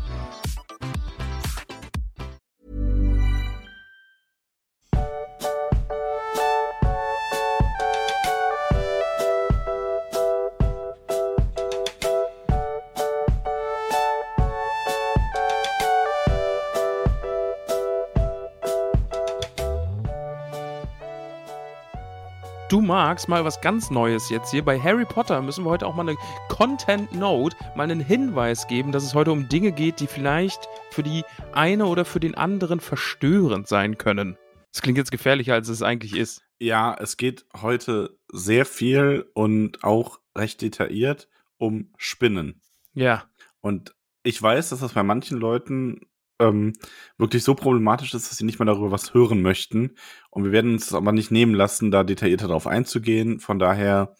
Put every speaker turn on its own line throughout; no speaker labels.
Du magst mal was ganz Neues jetzt hier. Bei Harry Potter müssen wir heute auch mal eine Content Note, mal einen Hinweis geben, dass es heute um Dinge geht, die vielleicht für die eine oder für den anderen verstörend sein können. Das klingt jetzt gefährlicher, als es eigentlich ist.
Ja, es geht heute sehr viel und auch recht detailliert um Spinnen.
Ja.
Und ich weiß, dass das bei manchen Leuten ähm, wirklich so problematisch ist, dass sie nicht mal darüber was hören möchten. Und wir werden uns das aber nicht nehmen lassen, da detaillierter darauf einzugehen. Von daher,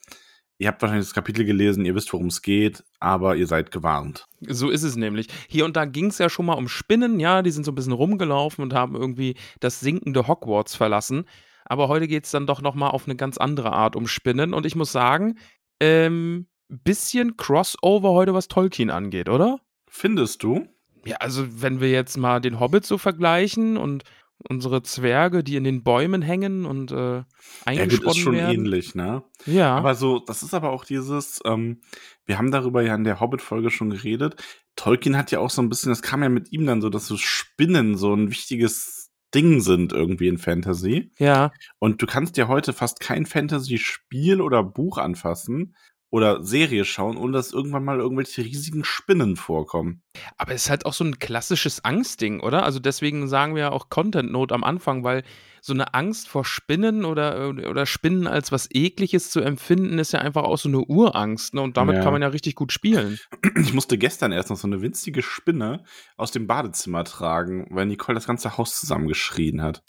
ihr habt wahrscheinlich das Kapitel gelesen, ihr wisst, worum es geht, aber ihr seid gewarnt.
So ist es nämlich. Hier und da ging es ja schon mal um Spinnen, ja, die sind so ein bisschen rumgelaufen und haben irgendwie das sinkende Hogwarts verlassen. Aber heute geht es dann doch nochmal auf eine ganz andere Art um Spinnen. Und ich muss sagen, ähm, bisschen Crossover heute, was Tolkien angeht, oder?
Findest du?
Ja, also wenn wir jetzt mal den Hobbit so vergleichen und unsere Zwerge, die in den Bäumen hängen und äh,
Ja, gut, ist
eingesponnen
schon
werden.
ähnlich, ne?
Ja,
Aber so, das ist aber auch dieses, ähm, wir haben darüber ja in der Hobbit-Folge schon geredet. Tolkien hat ja auch so ein bisschen, das kam ja mit ihm dann so, dass so Spinnen so ein wichtiges Ding sind irgendwie in Fantasy.
ja,
Und du kannst ja heute fast kein Fantasy-Spiel oder Buch anfassen oder Serie schauen, ohne dass irgendwann mal irgendwelche riesigen Spinnen vorkommen.
aber es ist halt auch so ein klassisches Angstding, oder? Also deswegen sagen wir ja auch Content Note am Anfang, weil so eine Angst vor Spinnen oder, oder Spinnen als was ekliges zu empfinden, ist ja einfach auch so eine Urangst, ne? Und damit
Ja.
kann man ja richtig gut spielen.
Ich musste gestern erst noch so eine winzige Spinne aus dem Badezimmer tragen, weil Nicole das ganze Haus zusammengeschrien hat.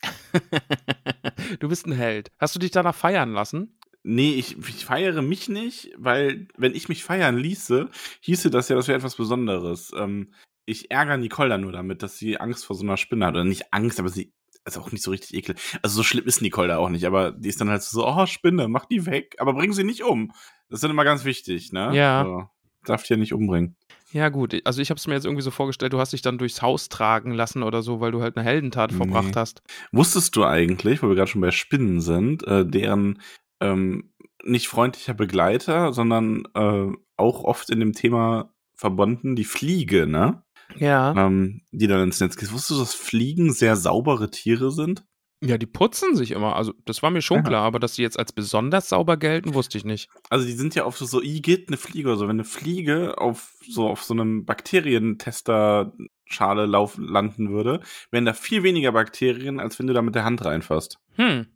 du bist ein Held. Hast du dich danach feiern lassen?
Nee, ich, ich feiere mich nicht, weil wenn ich mich feiern ließe, hieße das ja, das wäre etwas Besonderes. Ähm, ich ärgere Nicole dann nur damit, dass sie Angst vor so einer Spinne hat. Oder nicht Angst, aber sie ist auch nicht so richtig ekel. Also so schlimm ist Nicole da auch nicht, aber die ist dann halt so, oh, Spinne, mach die weg, aber bring sie nicht um. Das ist dann immer ganz wichtig, ne?
Ja.
So, darf die ja nicht umbringen.
Ja, gut. Also ich habe es mir jetzt irgendwie so vorgestellt, du hast dich dann durchs Haus tragen lassen oder so, weil du halt eine Heldentat
Nee.
verbracht hast.
Wusstest du eigentlich, wo wir gerade schon bei Spinnen sind, äh, deren ähm, nicht freundlicher Begleiter, sondern äh, auch oft in dem Thema verbunden, die Fliege, ne?
Ja.
Ähm, die dann ins Netz geht. Wusstest du, dass Fliegen sehr saubere Tiere sind?
Ja, die putzen sich immer. Also, das war mir schon
Ja.
klar, aber dass sie jetzt als besonders sauber gelten, wusste ich nicht.
Also die sind ja oft so, so igitt, eine Fliege oder so. Wenn eine Fliege auf so auf so einem Bakterientesterschale lauf, landen würde, wären da viel weniger Bakterien, als wenn du da mit der Hand reinfasst.
Hm.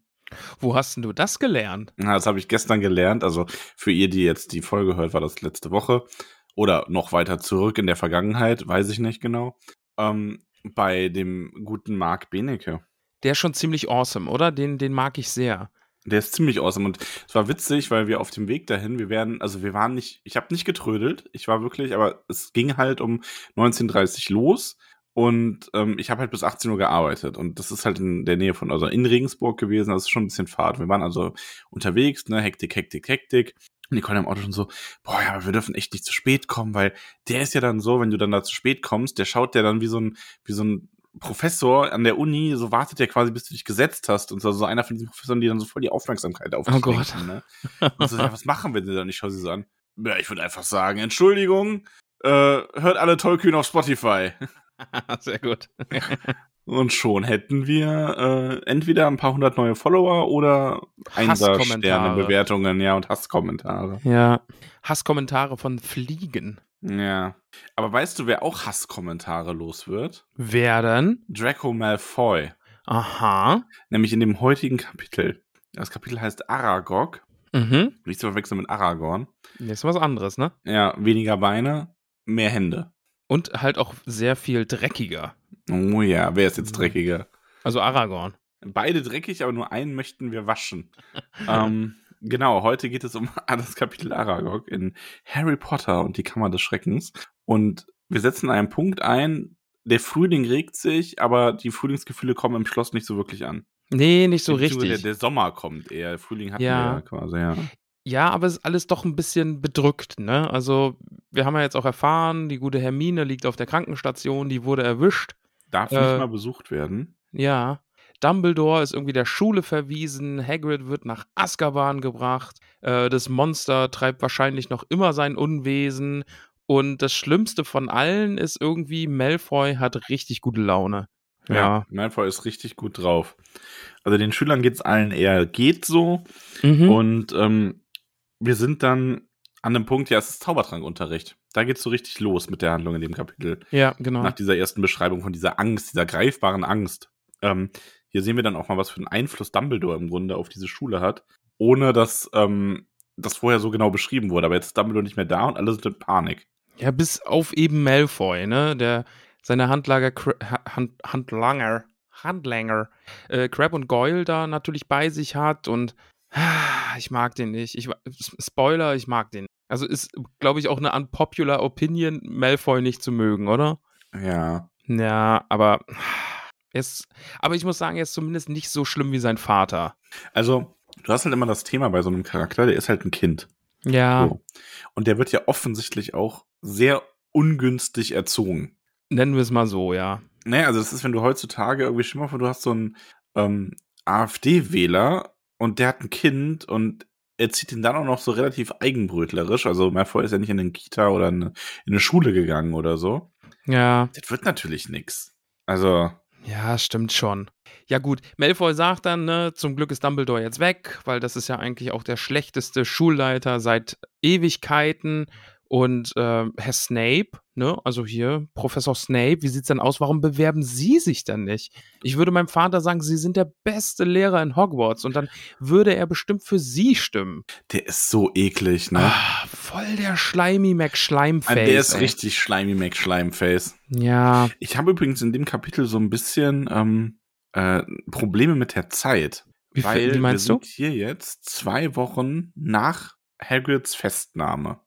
Wo hast denn du das gelernt?
Na, das habe ich gestern gelernt. Also für ihr, die jetzt die Folge hört, war das letzte Woche oder noch weiter zurück in der Vergangenheit, weiß ich nicht genau. Ähm, bei dem guten Marc Benecke.
Der ist schon ziemlich awesome, oder? Den, den mag ich sehr.
Der ist ziemlich awesome und es war witzig, weil wir auf dem Weg dahin, wir werden, also wir waren nicht, ich habe nicht getrödelt, ich war wirklich, aber es ging halt um 19.30 Uhr los und ähm, ich habe halt bis 18 Uhr gearbeitet und das ist halt in der Nähe von, also in Regensburg gewesen, das ist schon ein bisschen Fahrt. Wir waren also unterwegs, ne, Hektik, Hektik, Hektik. Und Nicole im Auto schon so, boah, ja, aber wir dürfen echt nicht zu spät kommen, weil der ist ja dann so, wenn du dann da zu spät kommst, der schaut der dann wie so ein, wie so ein Professor an der Uni, so wartet der quasi, bis du dich gesetzt hast. Und so, so einer von diesen Professoren, die dann so voll die Aufmerksamkeit auf dich
Oh Gott.
lenken, Ne? Und so, ja, was machen wir denn dann? Ich schaue sie so an. Ja, ich würde einfach sagen, Entschuldigung, äh, hört alle Tollkühn auf Spotify.
sehr gut.
Und schon hätten wir äh, entweder ein paar hundert neue Follower oder
Hasskommentare.
Einser-Sterne-Bewertungen, ja, und Hasskommentare.
Ja. Hasskommentare von Fliegen.
Ja. Aber weißt du, wer auch Hasskommentare los wird?
Wer denn?
Draco Malfoy.
Aha.
Nämlich in dem heutigen Kapitel. Das Kapitel heißt Aragog.
Mhm.
Nicht zu verwechseln mit Aragorn.
Jetzt was anderes, ne?
Ja, weniger Beine, mehr Hände.
Und halt auch sehr viel dreckiger.
Oh ja, wer ist jetzt dreckiger?
Also Aragorn.
Beide dreckig, aber nur einen möchten wir waschen. ähm, genau, heute geht es um das Kapitel Aragog in Harry Potter und die Kammer des Schreckens. Und wir setzen einen Punkt ein. Der Frühling regt sich, aber die Frühlingsgefühle kommen im Schloss nicht so wirklich an.
Nee, nicht so
Beziehungsweise
richtig.
Der, der Sommer kommt eher. Frühling hatten
Ja.
wir ja quasi, ja.
Ja, aber es ist alles doch ein bisschen bedrückt, ne? Also, wir haben ja jetzt auch erfahren, die gute Hermine liegt auf der Krankenstation, die wurde erwischt.
Darf
Äh,
nicht mal besucht werden.
Ja. Dumbledore ist irgendwie der Schule verwiesen, Hagrid wird nach Azkaban gebracht, äh, das Monster treibt wahrscheinlich noch immer sein Unwesen und das Schlimmste von allen ist irgendwie, Malfoy hat richtig gute Laune.
Malfoy ist richtig gut drauf. Also den Schülern geht's allen eher geht so.
Mhm.
Und ähm, wir sind dann an dem Punkt, ja, es ist Zaubertrankunterricht. Da geht's so richtig los mit der Handlung in dem Kapitel.
ja, genau.
Nach dieser ersten Beschreibung von dieser Angst, dieser greifbaren Angst. Ähm, hier sehen wir dann auch mal, was für einen Einfluss Dumbledore im Grunde auf diese Schule hat, ohne dass ähm, das vorher so genau beschrieben wurde. Aber jetzt ist Dumbledore nicht mehr da und alle sind in Panik.
Ja, bis auf eben Malfoy, ne? Der seine Handlager, Cra- Ha- Hand, Handlanger, Handlanger, äh, Crab und Goyle da natürlich bei sich hat und ah, ich mag den nicht. Ich, wa- S- Spoiler, ich mag den. nicht. Also ist, glaube ich, auch eine unpopular Opinion, Malfoy nicht zu mögen, oder?
Ja.
Ja, aber ah, er ist, aber ich muss sagen, er ist zumindest nicht so schlimm wie sein Vater.
Also, du hast halt immer das Thema bei so einem Charakter, der ist halt ein Kind.
Ja,
So. Und der wird ja offensichtlich auch sehr ungünstig erzogen.
nennen wir es mal so, ja.
Naja, also das ist, wenn du heutzutage irgendwie schon mal vor, du hast so einen ähm, AfD-Wähler und der hat ein Kind und er zieht ihn dann auch noch so relativ eigenbrötlerisch. Also Malfoy ist ja nicht in den Kita oder in, in eine Schule gegangen oder so.
Ja.
Das wird natürlich nix. Also,
Ja, stimmt schon. Ja, gut. Malfoy sagt dann, ne, zum Glück ist Dumbledore jetzt weg, weil das ist ja eigentlich auch der schlechteste Schulleiter seit Ewigkeiten. Und ähm, Herr Snape, ne, also hier, Professor Snape, wie sieht's denn aus? Warum bewerben Sie sich denn nicht? Ich würde meinem Vater sagen, Sie sind der beste Lehrer in Hogwarts und dann würde er bestimmt für Sie stimmen.
der ist so eklig, ne? Ah,
Ah, voll der Schleimy Mac Schleimface.
der ist
ey.
richtig Schleimy Mac Schleimface.
Ja,
Ich habe übrigens in dem Kapitel so ein bisschen ähm, äh, Probleme mit der Zeit.
wie,
weil
viel- wie meinst
wir
du?
sind hier jetzt zwei Wochen nach Hagrids Festnahme.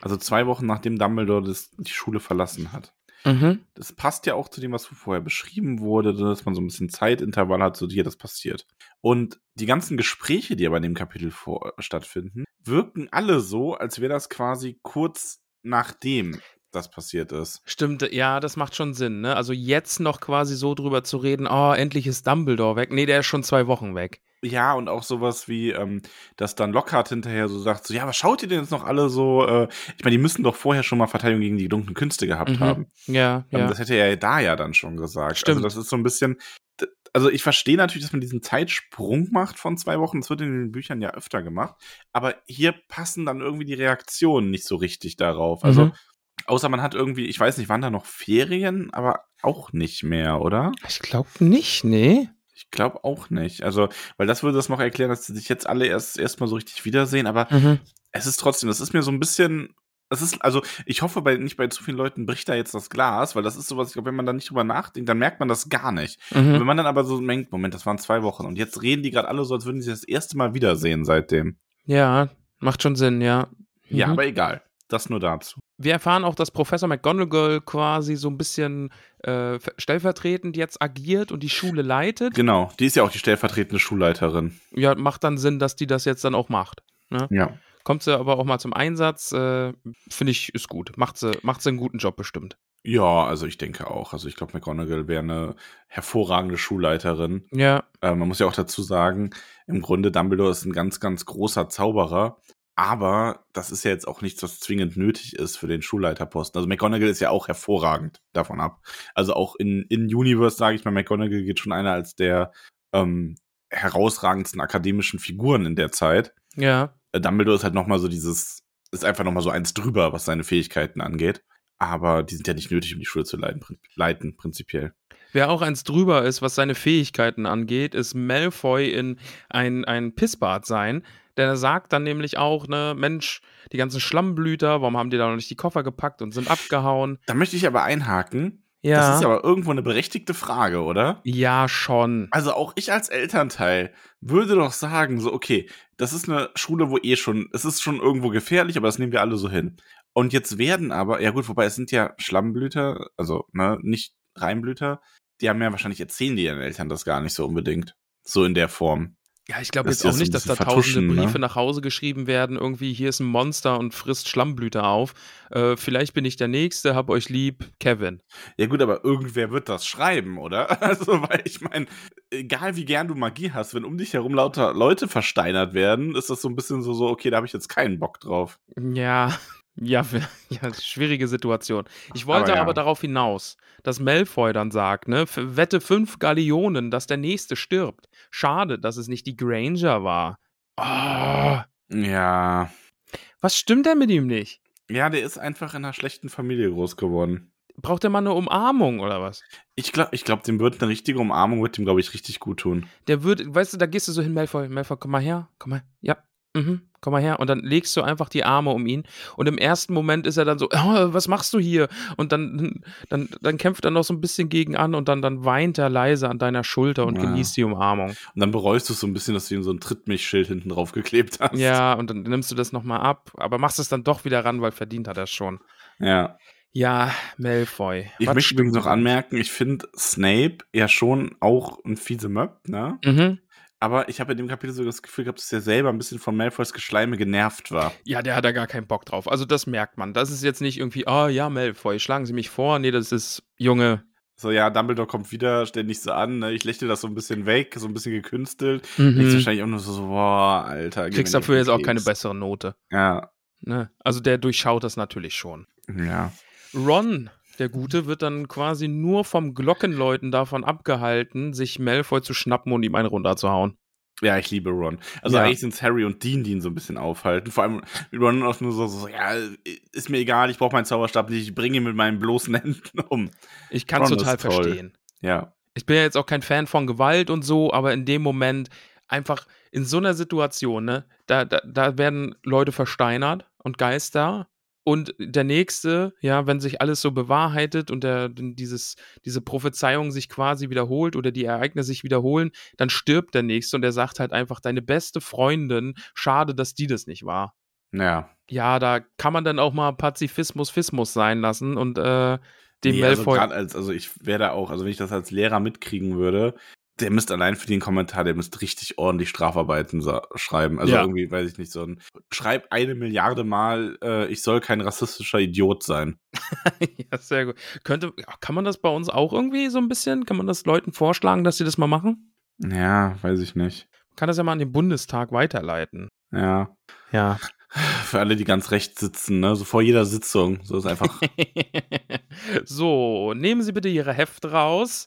Also zwei Wochen, nachdem Dumbledore das, die Schule verlassen hat.
Mhm.
Das passt ja auch zu dem, was vorher beschrieben wurde, dass man so ein bisschen Zeitintervall hat, so hier das passiert. Und die ganzen Gespräche, die aber in dem Kapitel vor, stattfinden, wirken alle so, als wäre das quasi kurz nachdem das passiert ist.
Stimmt, ja, das macht schon Sinn, ne? Also jetzt noch quasi so drüber zu reden, oh, endlich ist Dumbledore weg. Nee, der ist schon zwei Wochen weg.
Ja, und auch sowas wie, ähm, dass dann Lockhart hinterher so sagt, so, ja, was schaut ihr denn jetzt noch alle so? Äh, ich meine, die müssen doch vorher schon mal Verteidigung gegen die dunklen Künste gehabt
Mhm,
haben.
Ja,
Ähm,
ja.
Das hätte er da ja dann schon gesagt.
Stimmt.
Also das ist so ein bisschen, d- also ich verstehe natürlich, dass man diesen Zeitsprung macht von zwei Wochen. Das wird in den Büchern ja öfter gemacht. Aber hier passen dann irgendwie die Reaktionen nicht so richtig darauf. Also
Mhm.
außer man hat irgendwie, ich weiß nicht, waren da noch Ferien, aber auch nicht mehr, oder?
Ich glaube nicht, nee.
Ich glaube auch nicht. Also, weil das würde das noch erklären, dass sie sich jetzt alle erst erstmal so richtig wiedersehen, aber
Mhm.
es ist trotzdem, das ist mir so ein bisschen. Es ist, also ich hoffe, bei, nicht bei zu vielen Leuten bricht da jetzt das Glas, weil das ist sowas, ich glaube, wenn man da nicht drüber nachdenkt, dann merkt man das gar nicht. Wenn
Mhm.
man dann aber so denkt, Moment, das waren zwei Wochen und jetzt reden die gerade alle so, als würden sie das erste Mal wiedersehen seitdem.
Ja, macht schon Sinn, ja.
Ja,
Mhm.
aber egal. Das nur dazu.
Wir erfahren auch, dass Professor McGonagall quasi so ein bisschen äh, ver- stellvertretend jetzt agiert und die Schule leitet.
Genau, die ist ja auch die stellvertretende Schulleiterin.
Ja, macht dann Sinn, dass die das jetzt dann auch macht.
Ja.
Kommt sie aber auch mal zum Einsatz, äh, finde ich, ist gut. Macht sie, macht sie einen guten Job bestimmt.
Ja, also ich denke auch. Also ich glaube, McGonagall wäre eine hervorragende Schulleiterin.
Ja,
Äh, man muss ja auch dazu sagen, im Grunde Dumbledore ist ein ganz, ganz großer Zauberer. Aber das ist ja jetzt auch nichts, was zwingend nötig ist für den Schulleiterposten. Also McGonagall ist ja auch hervorragend davon ab. Also auch in, in Universe, sage ich mal, McGonagall geht schon einer als der ähm, herausragendsten akademischen Figuren in der Zeit.
ja.
Äh, Dumbledore ist halt nochmal so dieses, ist einfach nochmal so eins drüber, was seine Fähigkeiten angeht. Aber die sind ja nicht nötig, um die Schule zu leiten, prin leiten prinzipiell.
Wer auch eins drüber ist, was seine Fähigkeiten angeht, ist Malfoy in ein, ein Pissbad sein. Denn er sagt dann nämlich auch, ne, Mensch, die ganzen Schlammblüter, warum haben die da noch nicht die Koffer gepackt und sind abgehauen?
Da möchte ich aber einhaken.
Ja.
Das ist aber irgendwo eine berechtigte Frage, oder?
ja, schon.
Also auch ich als Elternteil würde doch sagen, so, okay, das ist eine Schule, wo eh schon, es ist schon irgendwo gefährlich, aber das nehmen wir alle so hin. Und jetzt werden aber, ja gut, wobei es sind ja Schlammblüter, also ne, nicht Reinblüter, die haben ja wahrscheinlich erzählen die ihren Eltern das gar nicht so unbedingt. So in der Form.
Ja, ich glaube
Das
jetzt
ist
auch
so ein
nicht, dass da
bisschen
tausende
vertuschen, ne?
Briefe nach Hause geschrieben werden, irgendwie hier ist ein Monster und frisst Schlammblüter auf. Äh, vielleicht bin ich der Nächste, hab euch lieb, Kevin.
Ja gut, aber irgendwer wird das schreiben, oder? Also, weil ich meine, egal wie gern du Magie hast, wenn um dich herum lauter Leute versteinert werden, ist das so ein bisschen so, so okay, da habe ich jetzt keinen Bock drauf.
Ja, ja, ja schwierige Situation. Ich wollte aber,
Aber ja.
darauf hinaus, dass Malfoy dann sagt, ne, f- wette fünf Gallionen, dass der Nächste stirbt. Schade, dass es nicht die Granger war. Ah,
Ja.
was stimmt denn mit ihm nicht?
Ja, der ist einfach in einer schlechten Familie groß geworden.
Braucht der mal eine Umarmung oder was?
Ich glaube, ich glaub, dem wird eine richtige Umarmung, wird dem, glaube ich, richtig gut tun.
Der würde, weißt du, da gehst du so hin, Malfoy, Malfoy, komm mal her, komm mal, ja, mhm, komm mal her. Und dann legst du einfach die Arme um ihn. Und im ersten Moment ist er dann so, oh, was machst du hier? Und dann, dann, dann kämpft er noch so ein bisschen gegen an und dann, dann weint er leise an deiner Schulter und
Ja.
genießt die Umarmung.
Und dann bereust du es so ein bisschen, dass du ihm so ein Trittmilchschild hinten drauf geklebt hast.
Ja, und dann nimmst du das nochmal ab, aber machst es dann doch wieder ran, weil verdient hat er schon.
Ja.
Ja, Malfoy.
Ich
was
möchte übrigens
stimmt
noch anmerken, ich finde Snape ja schon auch ein fiese Möb, ne?
Mhm.
Aber ich habe in dem Kapitel sogar das Gefühl gehabt, dass er selber ein bisschen von Malfoys Geschleime genervt war.
Ja, der hat da gar keinen Bock drauf. Also das merkt man. Das ist jetzt nicht irgendwie, ah ja, Malfoy, schlagen Sie mich vor. Nee, das ist, Junge.
So, ja, Dumbledore kommt wieder, stell dich so an, ne? Ich lächle das so ein bisschen weg, so ein bisschen gekünstelt. Denkst wahrscheinlich auch nur so, so, boah, Alter. geh
Mhm. Kriegst
mir nicht
dafür
auf
jetzt
den
auch keine
Keks.
bessere Note.
Ja,
Ne? Also der durchschaut das natürlich schon.
ja.
Ron, der Gute, wird dann quasi nur vom Glockenläuten davon abgehalten, sich Malfoy zu schnappen und ihm einen runterzuhauen.
Ja, ich liebe Ron. Also
Ja.
eigentlich sind Harry und Dean, die ihn so ein bisschen aufhalten. Vor allem Ron auch nur so, so ja, ist mir egal, ich brauche meinen Zauberstab nicht, ich bringe ihn mit meinen bloßen Händen um.
Ich kann es
Ron
total
ist toll.
verstehen.
Ja,
Ich bin ja jetzt auch kein Fan von Gewalt und so, aber in dem Moment einfach in so einer Situation, ne, da, da, da werden Leute versteinert und Geister. Und der nächste, ja, wenn sich alles so bewahrheitet und der, dieses, diese Prophezeiung sich quasi wiederholt oder die Ereignisse sich wiederholen, dann stirbt der nächste und er sagt halt einfach, deine beste Freundin, schade, dass die das nicht war.
ja.
Ja, da kann man dann auch mal Pazifismus Fismus sein lassen und äh, dem
Nee, also,
Malfoy.
grad als, also ich wäre da auch, also wenn ich das als Lehrer mitkriegen würde, der müsste allein für den Kommentar, der müsste richtig ordentlich Strafarbeiten sa- schreiben. Also
Ja.
irgendwie, weiß ich nicht, so ein, schreib eine Milliarde Mal, äh, ich soll kein rassistischer Idiot sein.
Ja, sehr gut. Könnte, kann man das bei uns auch irgendwie so ein bisschen? Kann man das Leuten vorschlagen, dass sie das mal machen?
Ja, weiß ich nicht.
Kann das ja mal an den Bundestag weiterleiten.
Ja.
Ja.
Für alle, die ganz rechts sitzen, ne, so vor jeder Sitzung, so ist einfach
so, nehmen Sie bitte Ihre Hefte raus.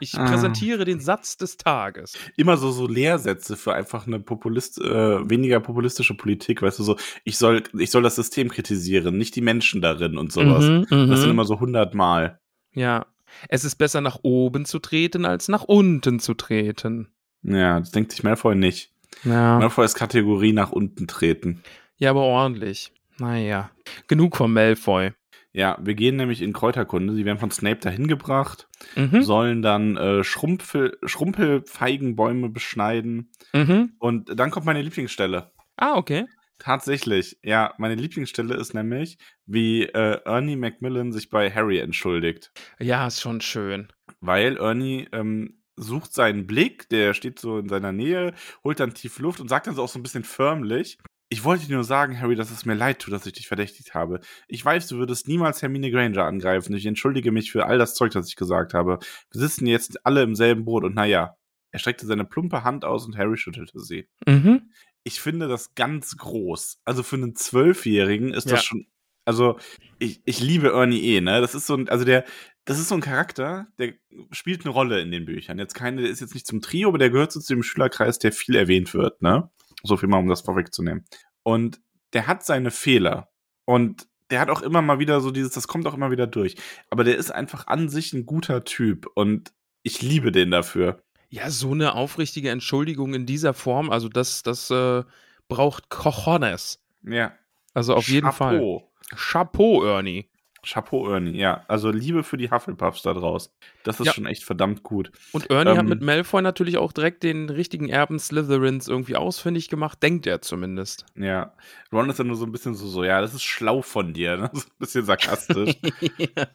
ich präsentiere den Satz des Tages.
immer so, so Lehrsätze für einfach eine Populist, äh, weniger populistische Politik, weißt du, so, ich soll, ich soll das System kritisieren, nicht die Menschen darin und sowas.
Mhm,
Das sind immer so hundertmal.
ja. Es ist besser, nach oben zu treten, als nach unten zu treten.
Ja, das denkt sich Malfoy nicht.
Ja.
Malfoy ist Kategorie nach unten treten.
Ja, aber ordentlich. Naja. Genug von Malfoy.
Ja, wir gehen nämlich in Kräuterkunde. Sie werden von Snape dahin gebracht,
Mhm.
sollen dann äh, Schrumpfel, Schrumpelfeigenbäume beschneiden.
Mhm.
Und dann kommt meine Lieblingsstelle.
Ah, okay.
Tatsächlich, ja. Meine Lieblingsstelle ist nämlich, wie äh, Ernie Macmillan sich bei Harry entschuldigt.
Ja, ist schon schön.
Weil Ernie ähm, sucht seinen Blick, der steht so in seiner Nähe, holt dann tief Luft und sagt dann so auch so ein bisschen förmlich, ich wollte dir nur sagen, Harry, dass es mir leid tut, dass ich dich verdächtigt habe. Ich weiß, du würdest niemals Hermine Granger angreifen. Ich entschuldige mich für all das Zeug, das ich gesagt habe. Wir sitzen jetzt alle im selben Boot und naja. Er streckte seine plumpe Hand aus und Harry schüttelte sie
Mhm.
ich finde das ganz groß. Also für einen Zwölfjährigen ist
Ja.
das schon. Also ich, ich liebe Ernie E. Ne, das ist so ein, also der, das ist so ein Charakter, der spielt eine Rolle in den Büchern. Jetzt keine, der ist jetzt nicht zum Trio, aber der gehört so zu dem Schülerkreis, der viel erwähnt wird. Ne, so viel mal, um das vorwegzunehmen. Und der hat seine Fehler und der hat auch immer mal wieder so dieses, das kommt auch immer wieder durch. Aber der ist einfach an sich ein guter Typ und ich liebe den dafür.
Ja, so eine aufrichtige Entschuldigung in dieser Form, also das, das äh, braucht Cojones.
Ja,
Also auf jeden Fall.
Chapeau.
Chapeau, Ernie.
Chapeau, Ernie, ja. Also Liebe für die Hufflepuffs da draus. Das ist
Ja.
schon echt verdammt gut.
Und Ernie hat
Ähm.
mit Malfoy natürlich auch direkt den richtigen Erben Slytherins irgendwie ausfindig gemacht, denkt er zumindest.
Ja. Ron ist dann nur so ein bisschen so, so ja, das ist schlau von dir. Ne? So ein bisschen sarkastisch.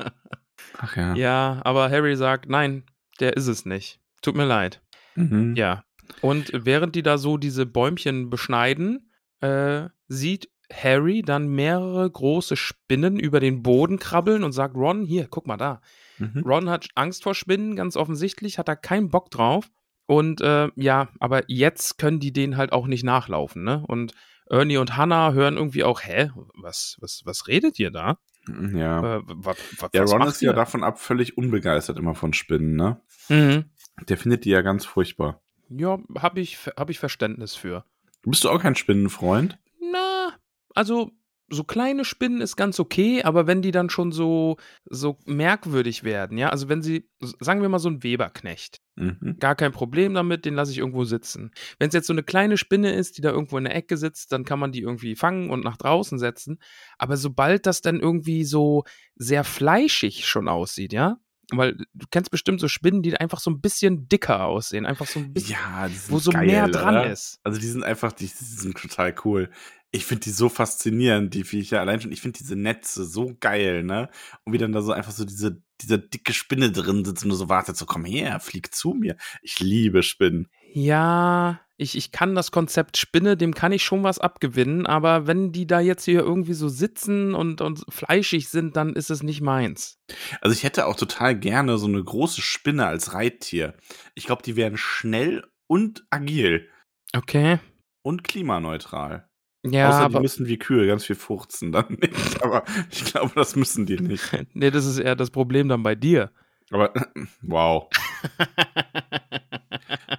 Ach ja.
ja, aber Harry sagt, nein, der ist es nicht. Tut mir leid.
Mhm.
Ja. Und während die da so diese Bäumchen beschneiden, äh, sieht Harry dann mehrere große Spinnen über den Boden krabbeln und sagt Ron, hier, guck mal da.
Mhm.
Ron hat Angst vor Spinnen, ganz offensichtlich, hat da keinen Bock drauf. Und äh, ja, aber jetzt können die denen halt auch nicht nachlaufen, ne? Und Ernie und Hannah hören irgendwie auch, hä, was, was, was redet ihr da?
Mhm. Ja.
Äh, was, was,
Ja,
was
Ron
macht
ist
ihr?
ja davon ab völlig unbegeistert immer von Spinnen, ne?
Mhm.
Der findet die ja ganz furchtbar.
Ja, habe ich, hab ich Verständnis für.
Bist du auch kein Spinnenfreund?
Na, also so kleine Spinnen ist ganz okay, aber wenn die dann schon so, so merkwürdig werden, ja, also wenn sie, sagen wir mal so ein Weberknecht,
Mhm.
gar kein Problem damit, den lasse ich irgendwo sitzen. Wenn es jetzt so eine kleine Spinne ist, die da irgendwo in der Ecke sitzt, dann kann man die irgendwie fangen und nach draußen setzen. Aber sobald das dann irgendwie so sehr fleischig schon aussieht, ja, weil du kennst bestimmt so Spinnen, die einfach so ein bisschen dicker aussehen, einfach so ein bisschen,
Ja, die sind
wo so
geil,
mehr dran
oder?
ist.
Also die sind einfach, die, die sind total cool. Ich finde die so faszinierend, die Viecher. Allein schon, ich finde diese Netze so geil, ne? Und wie dann da so einfach so diese, diese dicke Spinne drin sitzt und nur so wartet, so komm her, flieg zu mir. Ich liebe Spinnen.
Ja, ich, ich kann das Konzept Spinne, dem kann ich schon was abgewinnen, aber wenn die da jetzt hier irgendwie so sitzen und, und fleischig sind, dann ist es nicht meins.
Also ich hätte auch total gerne so eine große Spinne als Reittier. Ich glaube, die wären schnell und agil
Okay.
und klimaneutral.
Ja,
Außer die
aber
müssen wie Kühe ganz viel furzen dann nicht. Aber ich glaube, das müssen die nicht.
nee, das ist eher das Problem dann bei dir.
Aber wow.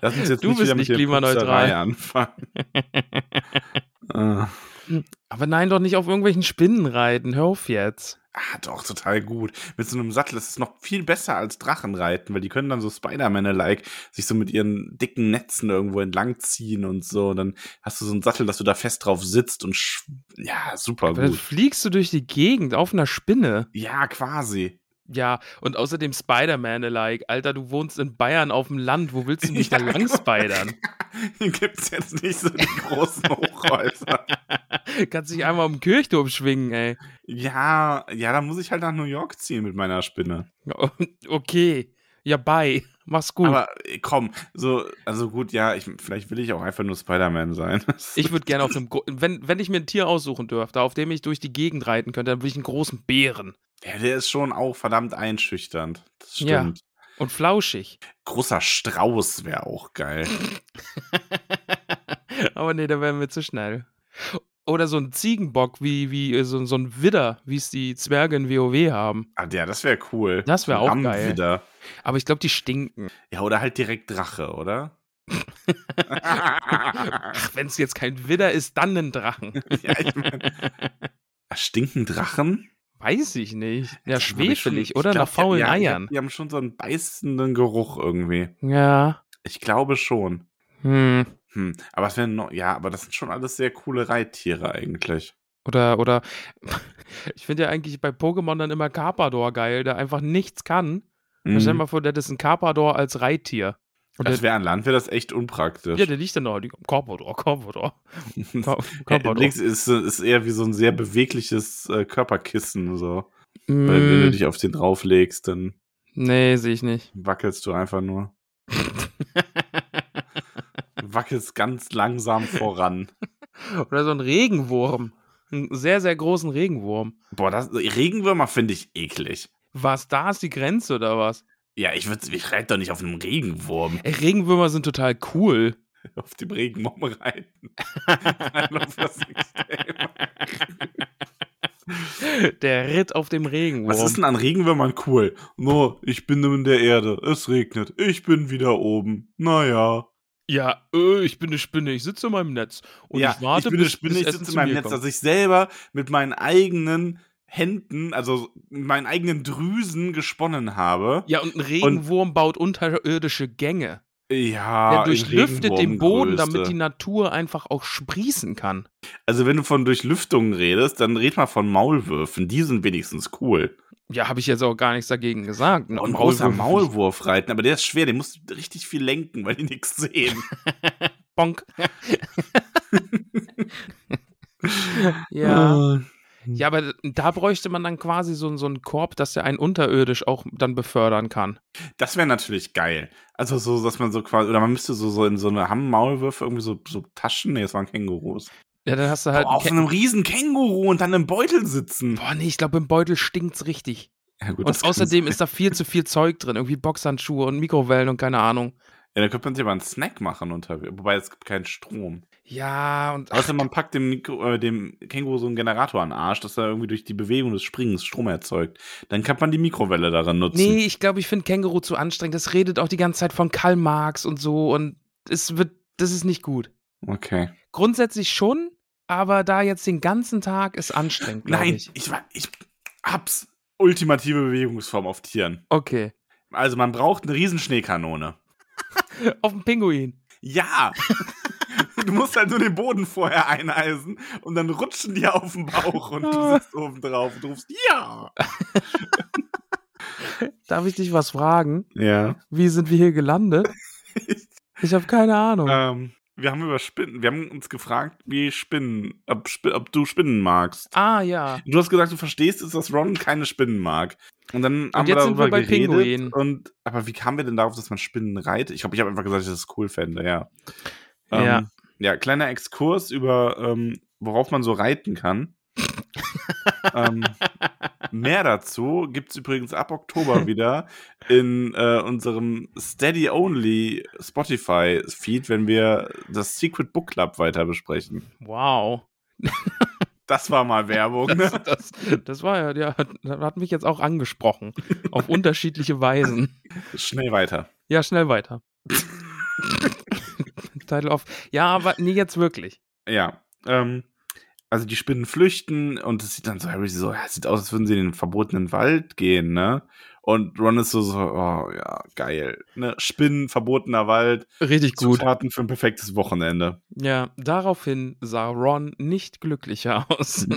Lass uns jetzt
Du
nicht
bist
wieder mit
nicht
der
klimaneutral.
Pupserei anfangen. Äh,
Aber nein, doch nicht auf irgendwelchen Spinnen reiten. Hör auf jetzt.
ah, doch, total gut. Mit so einem Sattel ist es noch viel besser als Drachenreiten, weil die können dann so Spider-Man-like sich so mit ihren dicken Netzen irgendwo entlang ziehen und so. Und dann hast du so einen Sattel, dass du da fest drauf sitzt und sch ja, super
Aber dann
gut.
fliegst du durch die Gegend auf einer Spinne.
Ja, quasi.
Ja, und außerdem Spider-Man-alike. Alter, du wohnst in Bayern auf dem Land. Wo willst du mich da
Ja,
lang spidern?
Hier gibt's jetzt nicht so die großen Hochhäuser.
Kannst dich einmal um den Kirchturm schwingen, ey.
Ja, ja, dann muss ich halt nach New York ziehen mit meiner Spinne.
Ja, Okay, ja, bye. Mach's gut.
Aber äh, komm, so, also gut, ja, ich, vielleicht will ich auch einfach nur Spider-Man sein.
ich würde gerne auf einem, gro- wenn, wenn ich mir ein Tier aussuchen dürfte, auf dem ich durch die Gegend reiten könnte, dann würde ich einen großen Bären.
ja, der ist schon auch verdammt einschüchternd. Das
Ja.
stimmt.
Und flauschig.
Großer Strauß wäre auch geil.
Aber nee, da wären wir zu schnell. Oder so ein Ziegenbock, wie, wie äh, so, so ein Widder, wie es die Zwerge in WoW haben.
Ah, ja, das wäre cool.
Das wär auch
Lamm
geil.
Wieder.
Aber ich glaube, die stinken.
Ja, oder halt direkt Drache, oder?
Ach, wenn es jetzt kein Widder ist, dann ein Drachen.
ja, ich mein, stinken Drachen?
Weiß ich nicht. Ja,
Das hab ich schon-
schwefelig,
ich
oder?
glaub,
Nach faulen
ja, ich
Eiern.
Glaub, die haben schon so einen beißenden Geruch irgendwie.
Ja.
Ich glaube schon.
Hm.
Hm, aber es wären noch, ja, aber das sind schon alles sehr coole Reittiere eigentlich.
Oder, oder, ich finde ja eigentlich bei Pokémon dann immer Carpador geil, der einfach nichts kann. Mhm. Stell dir mal vor, der ist ein Carpador als Reittier. Und
das
der,
wäre an Land, wäre das echt unpraktisch.
ja, der liegt dann noch. die- Carpador, Carpador. Car-
Ja,
Carpador.
Nix ist, ist eher wie so ein sehr bewegliches äh, Körperkissen, so. Weil wenn du
Mm,
dich auf den drauflegst, dann
nee, sehe ich nicht.
wackelst du einfach nur. Wackelst ganz langsam voran.
oder so ein Regenwurm. Einen sehr, sehr großen Regenwurm.
Boah, das, Regenwürmer finde ich eklig.
Was, da ist die Grenze oder was?
Ja, ich, würd- ich reite doch nicht auf einem Regenwurm.
Ey, Regenwürmer sind total cool.
Auf dem Regenwurm reiten. Nein, auf das Extrem.
Der ritt auf dem Regenwurm.
Was ist denn an Regenwürmern cool? No, ich bin in der Erde. Es regnet. Ich bin wieder oben. Naja.
Ja, äh, ich bin eine Spinne, ich sitze in meinem Netz. Und ich warte,
ich bin eine
bis-
Spinne,
bis
ich
Essen zu
sitze in meinem
mir
Netz,
kommt.
dass ich selber mit meinen eigenen Händen, also mit meinen eigenen Drüsen gesponnen habe.
Ja, und ein Regenwurm baut unterirdische Gänge.
Ja,
Der
in
durchlüftet den Boden,
Regenbogengröße.
damit die Natur einfach auch sprießen kann.
Also, wenn du von Durchlüftung redest, dann red mal von Maulwürfen. Die sind wenigstens cool.
Ja, habe ich jetzt auch gar nichts dagegen gesagt.
Und
Maulwürfe-
außer Maulwurf reiten, aber der ist schwer, den musst du richtig viel lenken, weil die nichts sehen.
Bonk. ja. Ja, aber da bräuchte man dann quasi so, so einen Korb, dass der einen unterirdisch auch dann befördern kann.
Das wäre natürlich geil. Also so, dass man so quasi, oder man müsste so, so in so eine haben Maulwürfe irgendwie so, so Taschen, nee, das waren Kängurus.
Ja, dann hast du halt.
Boah, auf
Ke-
einem riesen Känguru und dann im Beutel sitzen.
Boah, nee, ich glaube, im Beutel stinkt's richtig.
Ja, gut, das
Und
kann-
außerdem ist da viel zu viel Zeug drin. Irgendwie Boxhandschuhe und Mikrowellen und keine Ahnung.
Ja, da könnte man sich aber einen Snack machen unterwegs. Wobei es gibt keinen Strom.
Ja, und.
Außer man packt dem, Mikro, äh, dem Känguru so einen Generator an den Arsch, dass er irgendwie durch die Bewegung des Springens Strom erzeugt. Dann kann man die Mikrowelle daran nutzen.
Nee, ich glaube, ich finde Känguru zu anstrengend. Das redet auch die ganze Zeit von Karl Marx und so und es wird, das ist nicht gut.
Okay.
Grundsätzlich schon, aber da jetzt den ganzen Tag ist anstrengend, glaube
Nein,
ich.
ich, war, ich hab's. Ultimative Bewegungsform auf Tieren.
Okay.
Also man braucht eine riesen Schneekanone.
Auf den Pinguin.
Ja! du musst halt nur den Boden vorher eineisen und dann rutschen die auf den Bauch und du sitzt oben drauf und rufst Ja!
Darf ich dich was fragen?
Ja.
Wie sind wir hier gelandet? Ich habe keine Ahnung.
Ähm, wir haben über Spinnen, wir haben uns gefragt, wie Spinnen, ob, Spi- ob du Spinnen magst.
Ah ja.
Du hast gesagt, du verstehst es, dass Ron keine Spinnen mag. Und dann haben wir
jetzt sind
darüber
wir bei
geredet.
Pinguinen.
Und, aber wie kamen wir denn darauf, dass man Spinnen reitet? Ich glaube, ich habe einfach gesagt, dass ich das cool fände, ja. Ähm,
Ja.
ja, kleiner Exkurs über, ähm, worauf man so reiten kann. ähm, mehr dazu gibt es übrigens ab Oktober wieder in äh, unserem Steady-Only Spotify-Feed, wenn wir das Secret Book Club weiter besprechen.
Wow.
Das war mal Werbung.
Das,
ne?
das, das war ja, ja, hat mich jetzt auch angesprochen. Auf unterschiedliche Weisen.
Schnell weiter.
Ja, schnell weiter. Title off. Ja, aber nee, jetzt wirklich.
Ja. Ähm, also die Spinnen flüchten und es sieht dann so, Harry so, ja, es sieht aus, als würden sie in den verbotenen Wald gehen, ne? Und Ron ist so, so oh ja, geil. Ne? Spinnen, verbotener Wald,
Richtig
Zutaten für ein perfektes Wochenende.
Ja, daraufhin sah Ron nicht glücklicher aus.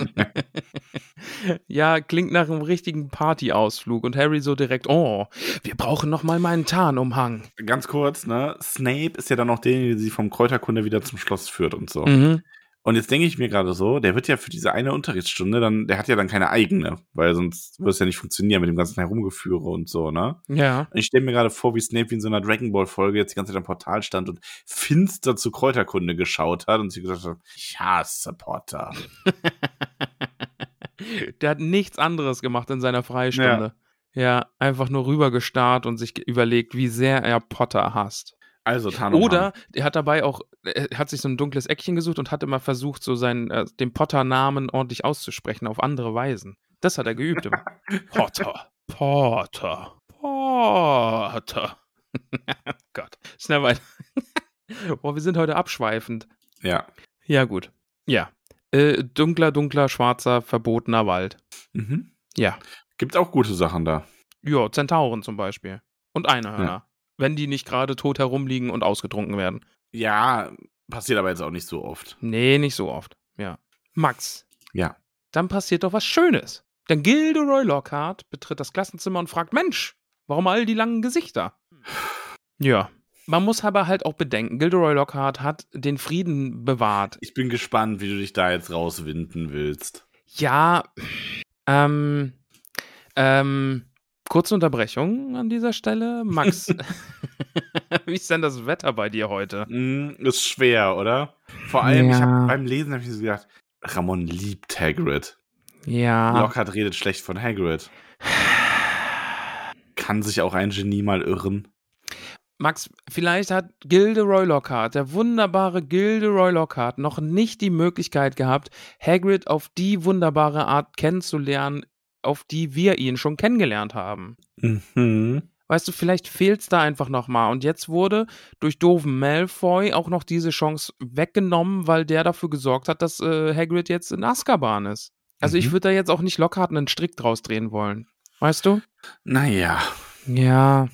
ja, klingt nach einem richtigen Partyausflug und Harry so direkt, oh, wir brauchen noch mal meinen Tarnumhang.
Ganz kurz, ne? Snape ist ja dann auch derjenige, der sie vom Kräuterkunde wieder zum Schloss führt und so.
Mhm.
Und jetzt denke ich mir gerade so, der wird ja für diese eine Unterrichtsstunde dann, der hat ja dann keine eigene, weil sonst würde es ja nicht funktionieren mit dem ganzen Herumgeführe und so, ne?
Ja.
Und Ich stelle mir gerade vor, wie Snape wie in so einer Dragon Ball Folge jetzt die ganze Zeit am Portal stand und finster zu Kräuterkunde geschaut hat und sie gesagt hat, ich hasse Potter.
Der hat nichts anderes gemacht in seiner Freistunde. Ja, einfach nur rübergestarrt und sich ge- überlegt, wie sehr er Potter hasst.
Also Tarnumhang.
Oder er hat dabei auch, er hat sich so ein dunkles Eckchen gesucht und hat immer versucht, so seinen, äh, den Potter-Namen ordentlich auszusprechen, auf andere Weisen. Das hat er geübt immer. Potter. Potter. Potter. Oh Gott. Schnell weiter. Boah, wir sind heute abschweifend.
Ja.
Ja, gut. Ja. Äh, dunkler, dunkler, schwarzer, verbotener Wald.
Mhm.
Ja.
Gibt auch gute Sachen da.
Ja, Zentauren zum Beispiel. Und Einhörner. Wenn die nicht gerade tot herumliegen und ausgetrunken werden.
Ja, passiert aber jetzt auch nicht so oft.
Nee, nicht so oft. Ja. Max.
Ja.
Dann passiert doch was Schönes. Denn Gilderoy Lockhart betritt das Klassenzimmer und fragt: Mensch, warum all die langen Gesichter? Ja. Man muss aber halt auch bedenken, Gilderoy Lockhart hat den Frieden bewahrt.
Ich bin gespannt, wie du dich da jetzt rauswinden willst.
Ja, ähm, ähm, kurze Unterbrechung an dieser Stelle. Max, wie ist denn das Wetter bei dir heute?
Mm, ist schwer, oder? Vor allem, ich
Ja.
hab, beim Lesen habe ich so gedacht, Ramon liebt Hagrid.
Ja.
Lockhart redet schlecht von Hagrid. Kann sich auch ein Genie mal irren?
Max, vielleicht hat Gilderoy Lockhart, der wunderbare Gilderoy Lockhart, noch nicht die Möglichkeit gehabt, Hagrid auf die wunderbare Art kennenzulernen, auf die wir ihn schon kennengelernt haben.
Mhm.
Weißt du, vielleicht fehlt's da einfach nochmal. Und jetzt wurde durch doofen Malfoy auch noch diese Chance weggenommen, weil der dafür gesorgt hat, dass äh, Hagrid jetzt in Azkaban ist. Also ich
Mhm.
würde da jetzt auch nicht Lockhart einen Strick draus drehen wollen. Weißt du?
Naja.
Ja.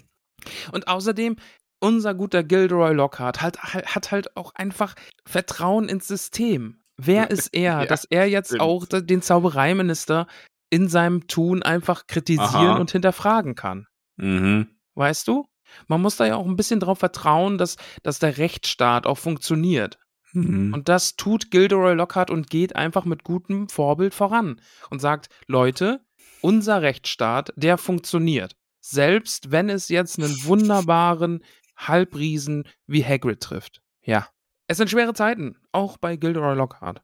Und außerdem, unser guter Gilderoy Lockhart hat, hat halt auch einfach Vertrauen ins System. Wer ist er,
Ja,
dass er jetzt
stimmt.
auch da- den Zaubereiminister in seinem Tun einfach kritisieren
Aha.
und hinterfragen kann?
Mhm.
Weißt du? Man muss da ja auch ein bisschen drauf vertrauen, dass, dass der Rechtsstaat auch funktioniert.
Mhm.
Und das tut Gilderoy Lockhart und geht einfach mit gutem Vorbild voran und sagt, Leute, unser Rechtsstaat, der funktioniert. Selbst wenn es jetzt einen wunderbaren Halbriesen wie Hagrid trifft. Ja. Es sind schwere Zeiten, auch bei Gilderoy Lockhart.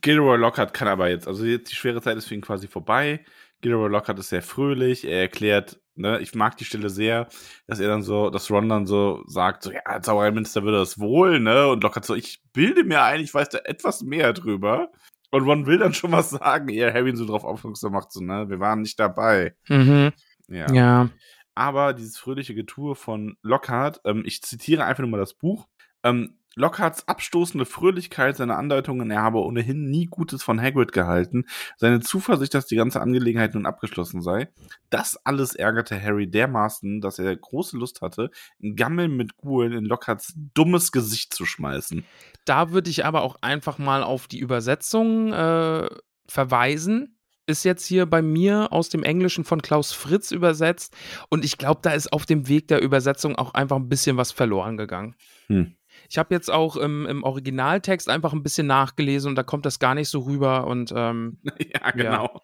Gilroy Lockhart kann aber jetzt, also jetzt die schwere Zeit ist für ihn quasi vorbei. Gilroy Lockhart ist sehr fröhlich, er erklärt, ne, ich mag die Stelle sehr, dass er dann so, dass Ron dann so sagt, so, ja, als Zaubereiminister würde das wohl, ne, und Lockhart so, ich bilde mir ein, ich weiß da etwas mehr drüber. Und Ron will dann schon was sagen, ehe Harry ihn so drauf aufmerksam macht, so, ne, wir waren nicht dabei.
Mhm.
Ja.
Ja.
Aber dieses fröhliche Getue von Lockhart, ähm, ich zitiere einfach nur mal das Buch. Ähm, Lockharts abstoßende Fröhlichkeit, seine Andeutungen, er habe ohnehin nie Gutes von Hagrid gehalten, seine Zuversicht, dass die ganze Angelegenheit nun abgeschlossen sei, das alles ärgerte Harry dermaßen, dass er große Lust hatte, einen Gammel mit Gulen in Lockharts dummes Gesicht zu schmeißen.
Da würde ich aber auch einfach mal auf die Übersetzung äh, verweisen. Ist jetzt hier bei mir aus dem Englischen von Klaus Fritz übersetzt. Und ich glaube, da ist auf dem Weg der Übersetzung auch einfach ein bisschen was verloren gegangen.
Hm.
Ich habe jetzt auch im, im Originaltext einfach ein bisschen nachgelesen und da kommt das gar nicht so rüber. Und ähm,
ja, genau.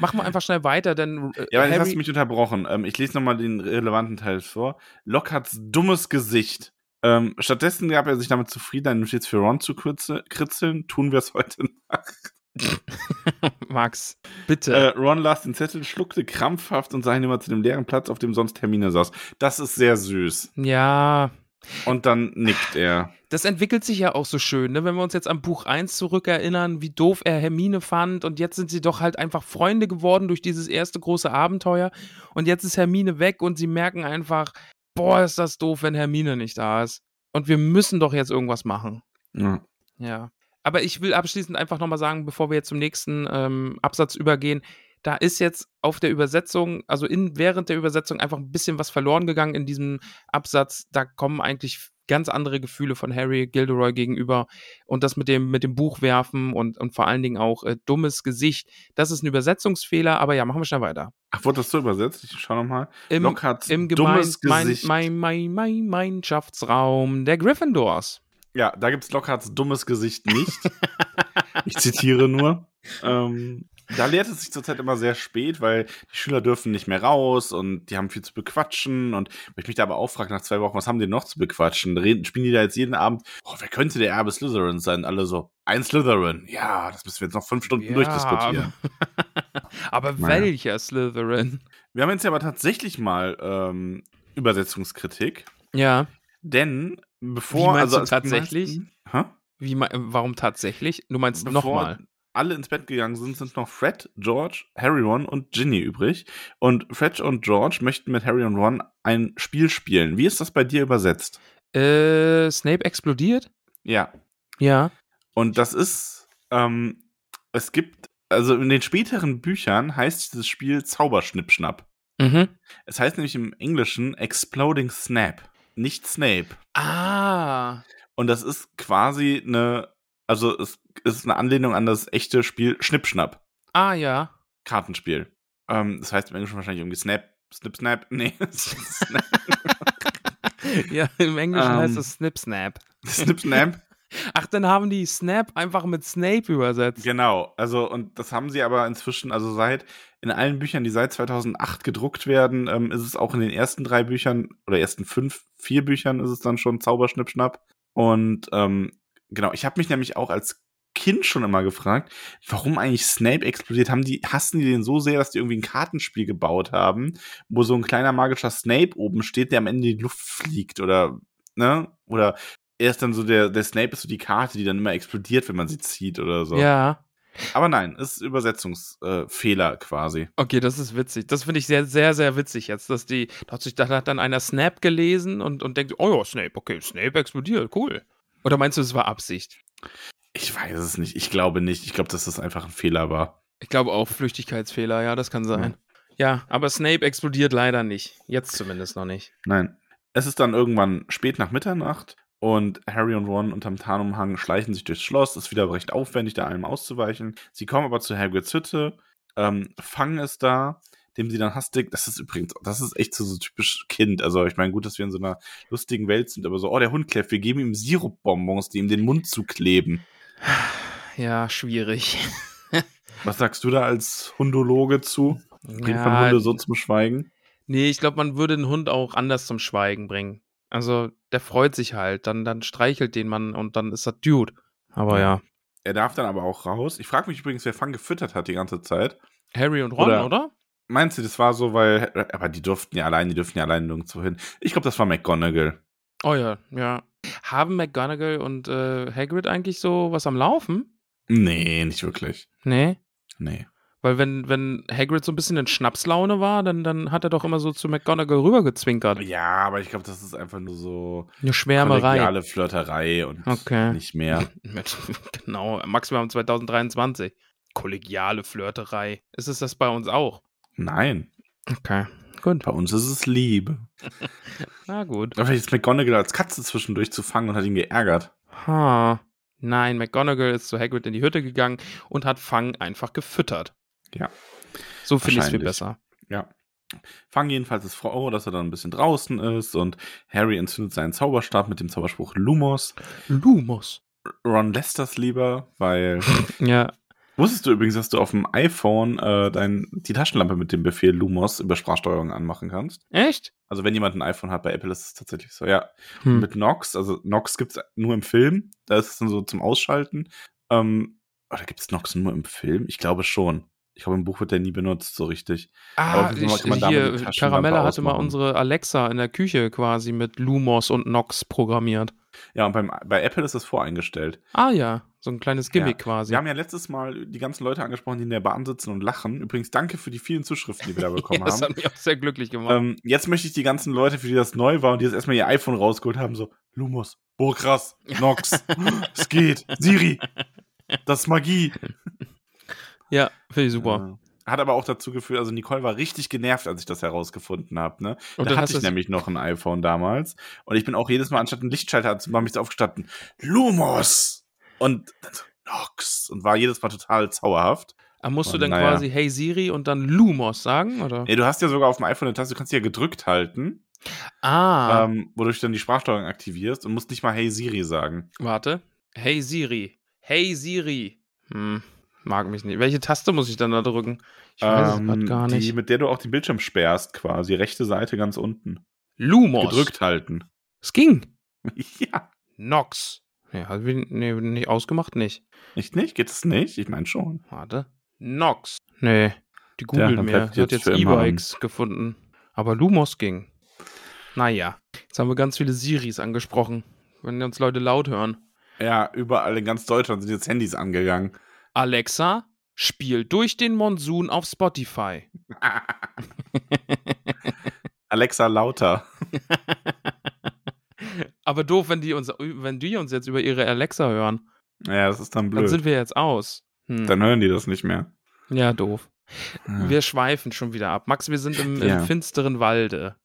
machen wir einfach schnell weiter, denn äh,
Ja, aber jetzt hast
Harry,
du mich unterbrochen. Ähm, ich lese nochmal den relevanten Teil vor. Lockharts dummes Gesicht. Ähm, stattdessen gab er sich damit zufrieden, einen Notiz für Ron zu kritze- kritzeln. Tun wir es heute Nacht.
Max, bitte.
Äh, Ron las den Zettel, schluckte krampfhaft und sah hinüber zu dem leeren Platz, auf dem sonst Hermine saß. Das ist sehr süß.
ja,
Und dann nickt er.
das entwickelt sich ja auch so schön, ne? wenn wir uns jetzt am Buch 1 zurückerinnern, wie doof er Hermine fand und jetzt sind sie doch halt einfach Freunde geworden durch dieses erste große Abenteuer und jetzt ist Hermine weg und sie merken einfach, boah, ist das doof, wenn Hermine nicht da ist und wir müssen doch jetzt irgendwas machen.
Ja.
Ja. Aber ich will abschließend einfach nochmal sagen, bevor wir jetzt zum nächsten ähm, Absatz übergehen, da ist jetzt auf der Übersetzung, also in, während der Übersetzung einfach ein bisschen was verloren gegangen in diesem Absatz. Da kommen eigentlich ganz andere Gefühle von Harry Gilderoy gegenüber und das mit dem, mit dem Buch werfen und, und vor allen Dingen auch äh, dummes Gesicht. Das ist ein Übersetzungsfehler, aber ja, machen wir schnell weiter.
Ach, wurde das so übersetzt? Ich schau nochmal.
Im,
Lockharts
im
dummes
Gemein
Gesicht.
mein, mein, mein, Meinschaftsraum der Gryffindors.
Ja, da gibt's Lockharts dummes Gesicht nicht. ich zitiere nur. Ähm, da lehrt es sich zurzeit immer sehr spät, weil die Schüler dürfen nicht mehr raus und die haben viel zu bequatschen. Und wenn ich mich da aber auch frage, nach zwei Wochen, was haben die noch zu bequatschen? Reden, spielen die da jetzt jeden Abend, oh, wer könnte der Erbe Slytherin sein? Alle so, ein Slytherin. Ja, das müssen wir jetzt noch fünf Stunden
Ja,
durchdiskutieren.
Aber, aber
Naja.
welcher Slytherin?
Wir haben jetzt ja aber tatsächlich mal ähm, Übersetzungskritik,
Ja.
denn bevor.
Wie meinst du
als die
tatsächlich?
meisten- Hä?
Wie, mei- warum tatsächlich? Du meinst
Bevor
nochmal.
alle ins Bett gegangen sind, sind noch Fred, George, Harry, Ron und Ginny übrig. Und Fred und George möchten mit Harry und Ron ein Spiel spielen. Wie ist das bei dir übersetzt?
Äh, Snape explodiert?
Ja.
Ja.
Und das ist, ähm, es gibt, also in den späteren Büchern heißt dieses Spiel Zauberschnippschnapp.
Mhm.
Es heißt nämlich im Englischen Exploding Snap, nicht Snape.
Ah.
Und das ist quasi eine, also es ist eine Anlehnung an das echte Spiel Schnippschnapp.
Ah, ja.
Kartenspiel. Ähm, das heißt im Englischen wahrscheinlich irgendwie Snap, Snip, Snap. Nee, Snap,
ja, im Englischen
Ähm.
heißt es Snip Snap.
Snip, Snap.
Ach, dann haben die Snap einfach mit Snape übersetzt.
Genau. Also, und das haben sie aber inzwischen, also seit, in allen Büchern, die seit 2008 gedruckt werden, ähm, ist es auch in den ersten drei Büchern oder ersten fünf, vier Büchern ist es dann schon Zauberschnippschnapp. Und ähm, genau, ich habe mich nämlich auch als Kind schon immer gefragt, warum eigentlich Snape explodiert. Haben die, hassen die den so sehr, dass die irgendwie ein Kartenspiel gebaut haben, wo so ein kleiner magischer Snape oben steht, der am Ende in die Luft fliegt oder, ne? Oder er ist dann so der, der Snape ist so die Karte, die dann immer explodiert, wenn man sie zieht oder so.
Ja.
Aber nein, es ist Übersetzungsfehler quasi.
Okay, das ist witzig. Das finde ich sehr, sehr, sehr witzig jetzt, dass die, da hat sich, da hat dann einer Snap gelesen und, und denkt, oh ja, Snape, okay, Snape explodiert, cool. Oder meinst du, es war Absicht?
Ich weiß es nicht. Ich glaube nicht. Ich glaube, dass das einfach ein Fehler war.
Ich glaube auch Flüchtigkeitsfehler, ja, das kann sein. Ja, aber Snape explodiert leider nicht. Jetzt zumindest noch nicht.
Nein. Es ist dann irgendwann spät nach Mitternacht und Harry und Ron unterm Tarnumhang schleichen sich durchs Schloss. Ist wieder recht aufwendig, da allem auszuweichen. Sie kommen aber zu Hagrids Hütte, ähm, fangen es da, dem sie dann hastig, das ist übrigens, das ist echt so, so typisch Kind. Also ich meine, gut, dass wir in so einer lustigen Welt sind, aber so, oh, der Hund kläfft, wir geben ihm Sirupbonbons, die ihm den Mund zukleben.
Ja, schwierig.
Was sagst du da als Hundologe zu? Bringt man Hunde so zum Schweigen?
Nee, ich glaube, man würde den Hund auch anders zum Schweigen bringen. Also, der freut sich halt, dann, dann streichelt den man und dann ist das Dude. Aber ja.
Er darf dann aber auch raus. Ich frage mich übrigens, wer Fang gefüttert hat die ganze Zeit.
Harry und Ron,
Oder-
oder?
Meinst du, das war so, weil. Aber die durften ja allein, die dürfen ja allein nirgendwo hin. Ich glaube, das war McGonagall.
Oh ja, ja. Haben McGonagall und äh, Hagrid eigentlich so was am Laufen?
Nee, nicht wirklich.
Nee.
Nee.
Weil wenn, wenn Hagrid so ein bisschen in Schnapslaune war, dann, dann hat er doch immer so zu McGonagall rübergezwinkert.
Ja, aber ich glaube, das ist einfach nur so
Eine Schwärmerei.
kollegiale Flirterei und
Okay.
nicht mehr.
genau, Maximum 2023. Kollegiale Flirterei. Ist es das bei uns auch?
Nein,
Okay. Gut.
bei uns ist es Liebe.
Na gut.
Aber Vielleicht ist McGonagall als Katze zwischendurch zu fangen und hat ihn geärgert.
Ha. Nein, McGonagall ist zu Hagrid in die Hütte gegangen und hat Fang einfach gefüttert.
Ja.
So finde ich es viel
Wahrscheinlich.
besser.
Fang jedenfalls ist froh, dass er dann ein bisschen draußen ist und Harry entzündet seinen Zauberstab mit dem Zauberspruch Lumos.
Lumos.
Ron lässt das lieber, weil
Ja.
Wusstest du übrigens, dass du auf dem iPhone äh, dein, die Taschenlampe mit dem Befehl Lumos über Sprachsteuerung anmachen kannst?
Echt?
Also wenn jemand ein iPhone hat, bei Apple ist es tatsächlich so, ja.
Hm.
Mit Nox, also Nox gibt's nur im Film, da ist es dann so zum Ausschalten. Ähm, oder gibt's Nox nur im Film? Ich glaube schon. Ich glaube, im Buch wird der nie benutzt, so richtig. Aber
Ah,
auf jeden Fall
ich,
kann man damit die
hier,
Taschenlampe
Caramella hatte mal
ausmachen.
unsere Alexa in der Küche quasi mit Lumos und Nox programmiert.
Ja, und beim, bei Apple ist das voreingestellt.
Ah ja, so ein kleines Gimmick quasi.
Wir haben ja letztes Mal die ganzen Leute angesprochen, die in der Bahn sitzen und lachen. Übrigens, danke für die vielen Zuschriften, die wir da bekommen
ja, das
haben.
hat mich auch sehr glücklich gemacht.
Ähm, jetzt möchte ich die ganzen Leute, für die das neu war und die jetzt erstmal ihr iPhone rausgeholt haben, so, Lumos, Burkras, Nox, es geht, Siri, das ist Magie.
ja, finde ich super.
Äh, Hat aber auch dazu geführt, also Nicole war richtig genervt, als ich das herausgefunden habe. Ne?
Und
da
dann
hatte
hast
ich
du
nämlich noch ein iPhone damals. Und ich bin auch jedes Mal anstatt einen Lichtschalter anzumachen, mich so aufgestanden, Lumos! Und dann so, Nox! Und war jedes Mal total zauerhaft.
Ah, musst du
Oh,
dann
naja.
quasi Hey Siri und dann Lumos sagen? Oder?
Nee, du hast ja sogar auf dem iPhone eine Taste, du kannst sie ja gedrückt halten,
Ah,
ähm, wodurch du dann die Sprachsteuerung aktivierst und musst nicht mal Hey Siri sagen.
warte. Hey Siri. Hey Siri. Hm, mag mich nicht. Welche Taste muss ich dann da drücken? Ich weiß
Ähm,
es gerade gar
Die,
nicht.
mit der du auch den Bildschirm sperrst, quasi. Rechte Seite ganz unten.
Lumos.
Gedrückt halten.
Es ging.
ja.
Nox. Ja, hab ich- nee, nicht ausgemacht, nicht.
Nicht, nicht? Geht es nicht? Ich meine schon.
Warte. Nox. Nee, die
Ja,
googelt
dann
mir.
bleibt
Die hat
jetzt
jetzt
für immer
E-Bikes gefunden. Aber Lumos ging. Naja, jetzt haben wir ganz viele Siris angesprochen. Wenn uns Leute laut hören.
Ja, überall in ganz Deutschland sind jetzt Handys angegangen.
Alexa, spiel durch den Monsun auf Spotify.
Alexa lauter.
Aber doof, wenn die uns, wenn die uns jetzt über ihre Alexa hören,
Ja, das ist dann
dann
blöd. Dann,
sind wir jetzt aus. Hm.
hören die das nicht mehr.
ja, doof.
Ja.
Wir schweifen schon wieder ab. Max, wir sind im,
Ja.
im finsteren Walde.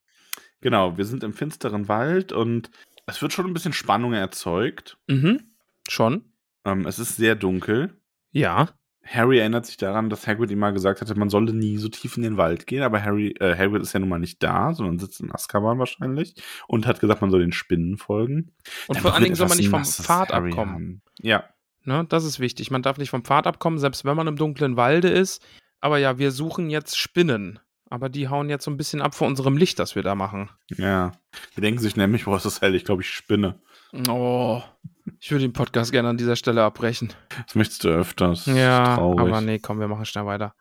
genau, wir sind im finsteren Wald und es wird schon ein bisschen Spannung erzeugt.
Mhm. Schon?
Ähm, es ist sehr dunkel.
Ja.
Harry erinnert sich daran, dass Hagrid ihm mal gesagt hatte, man solle nie so tief in den Wald gehen, aber Harry, äh, Hagrid ist ja nun mal nicht da, sondern sitzt in Azkaban wahrscheinlich und hat gesagt, man soll den Spinnen folgen.
Und
Dann
vor allen Dingen
wird
soll man
etwas
nicht vom
Nasses
Pfad
Harry
abkommen.
haben. Ja,
Ne, das ist wichtig. Man darf nicht vom Pfad abkommen, selbst wenn man im dunklen Walde ist. Aber ja, wir suchen jetzt Spinnen. Aber die hauen jetzt so ein bisschen ab vor unserem Licht, das wir da machen.
ja. Die denken sich nämlich, boah, ist das hell, ich glaube, ich spinne.
Oh, ich würde den Podcast gerne an dieser Stelle abbrechen.
Das möchtest du öfters. Das ist
Ja,
traurig.
aber nee, komm, wir machen schnell weiter.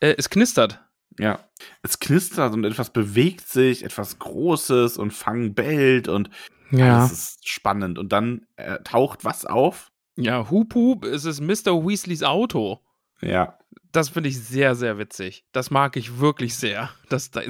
Äh, es knistert.
Ja. Es knistert und etwas bewegt sich, etwas Großes und Fang bellt und das ist spannend. Und dann äh, taucht was auf.
Ja, Hup Hup, es ist Mr. Weasleys Auto.
Ja.
Das finde ich sehr, sehr witzig. Das mag ich wirklich sehr, dass, da-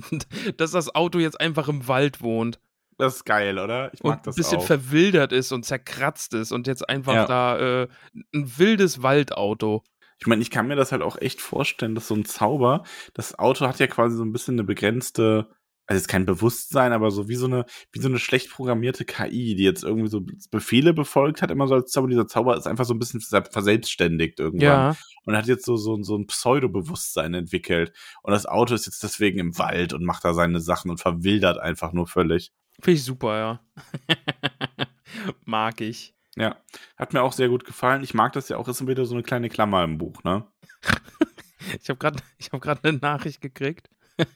dass das Auto jetzt einfach im Wald wohnt.
Das ist geil, oder? Ich mag
und ein
das
bisschen
auch.
verwildert ist und zerkratzt ist und jetzt einfach
Ja.
da äh, ein wildes Waldauto.
Ich meine, ich kann mir das halt auch echt vorstellen, dass so ein Zauber, das Auto hat ja quasi so ein bisschen eine begrenzte also jetzt kein Bewusstsein, aber so wie so eine, wie so eine schlecht programmierte KI, die jetzt irgendwie so Befehle befolgt hat, immer so als Zauber. Dieser Zauber ist einfach so ein bisschen verselbstständigt irgendwann.
Ja.
Und hat jetzt so, so, so ein Pseudobewusstsein entwickelt. Und das Auto ist jetzt deswegen im Wald und macht da seine Sachen und verwildert einfach nur völlig.
Finde ich super, ja. Mag ich.
Ja. Hat mir auch sehr gut gefallen. Ich mag das ja auch, ist wieder so eine kleine Klammer im Buch, ne?
Ich habe gerade hab grad eine Nachricht gekriegt.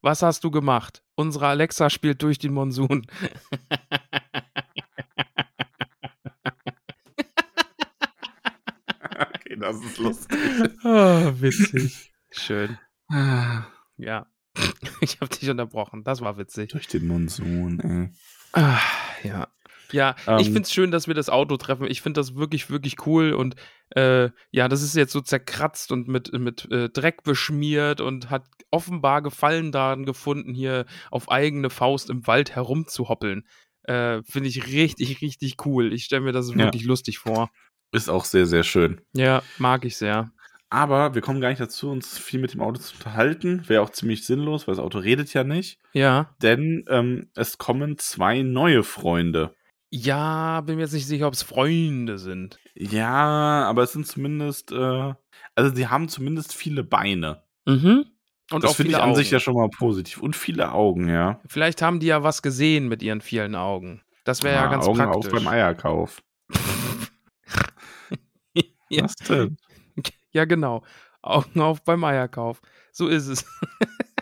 Was hast du gemacht? Unsere Alexa spielt durch den Monsun.
Okay, das ist lustig.
Ah, witzig. Schön.
Ah,
Ja. Ich habe dich unterbrochen. Das war witzig.
Durch den Monsun, ey.
Ah, ja. Ja, ich
Ähm.
finde es schön, dass wir das Auto treffen. Ich finde das wirklich, wirklich cool. Und äh, ja, das ist jetzt so zerkratzt und mit, mit äh, Dreck beschmiert und hat offenbar Gefallen daran gefunden, hier auf eigene Faust im Wald herumzuhoppeln. Äh, finde ich richtig, richtig cool. Ich stelle mir das wirklich lustig vor.
Ist auch sehr, sehr schön.
Ja, mag ich sehr.
Aber wir kommen gar nicht dazu, uns viel mit dem Auto zu unterhalten. Wäre auch ziemlich sinnlos, weil das Auto redet ja nicht.
Ja.
Denn ähm, es kommen zwei neue Freunde.
Ja, bin mir jetzt nicht sicher, ob es Freunde sind.
Ja, aber es sind zumindest, äh, also sie haben zumindest viele Beine.
Mhm. Und
das
auch
finde ich
viele
an
Augen.
sich ja schon mal positiv. Und viele Augen, ja.
Vielleicht haben die ja was gesehen mit ihren vielen Augen. Das wäre ja,
Ah,
ganz
Augen
praktisch.
auf beim Eierkauf.
Ja.
Was denn?
ja, genau. Augen auf beim Eierkauf. So ist es.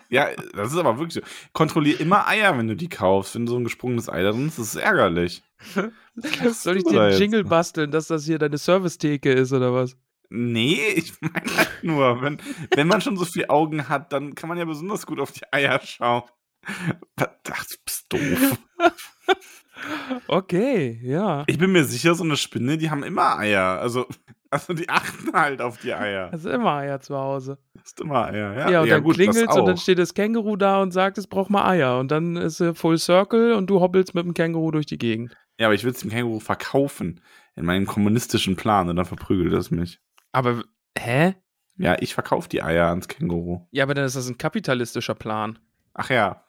Ja, das ist aber wirklich so. Kontrollier immer Eier, wenn du die kaufst. Wenn so ein gesprungenes Ei da drin ist, ist es ärgerlich. Was
Soll ich
du
dir
da
einen
jetzt?
Jingle basteln, dass das hier deine Servicetheke ist oder was?
Nee, ich meine halt nur, wenn, wenn man schon so viel Augen hat, dann kann man ja besonders gut auf die Eier schauen. Ach, du bist doof.
Okay, ja.
Ich bin mir sicher, so eine Spinne, die haben immer Eier. Also, also die achten halt auf die Eier.
Das ist immer Eier zu Hause.
Das ist immer Eier. Ja,
Ja, und dann
gut, das
klingelt's und dann
auch.
steht das Känguru da und sagt, es braucht mal Eier. Und dann ist äh, Full Circle und du hoppelst mit dem Känguru durch die Gegend.
Ja, aber ich will es dem Känguru verkaufen. In meinem kommunistischen Plan. Und dann verprügelt es mich.
Aber, hä?
Ja, ich verkaufe die Eier ans Känguru.
Ja, aber dann ist das ein kapitalistischer Plan.
Ach ja.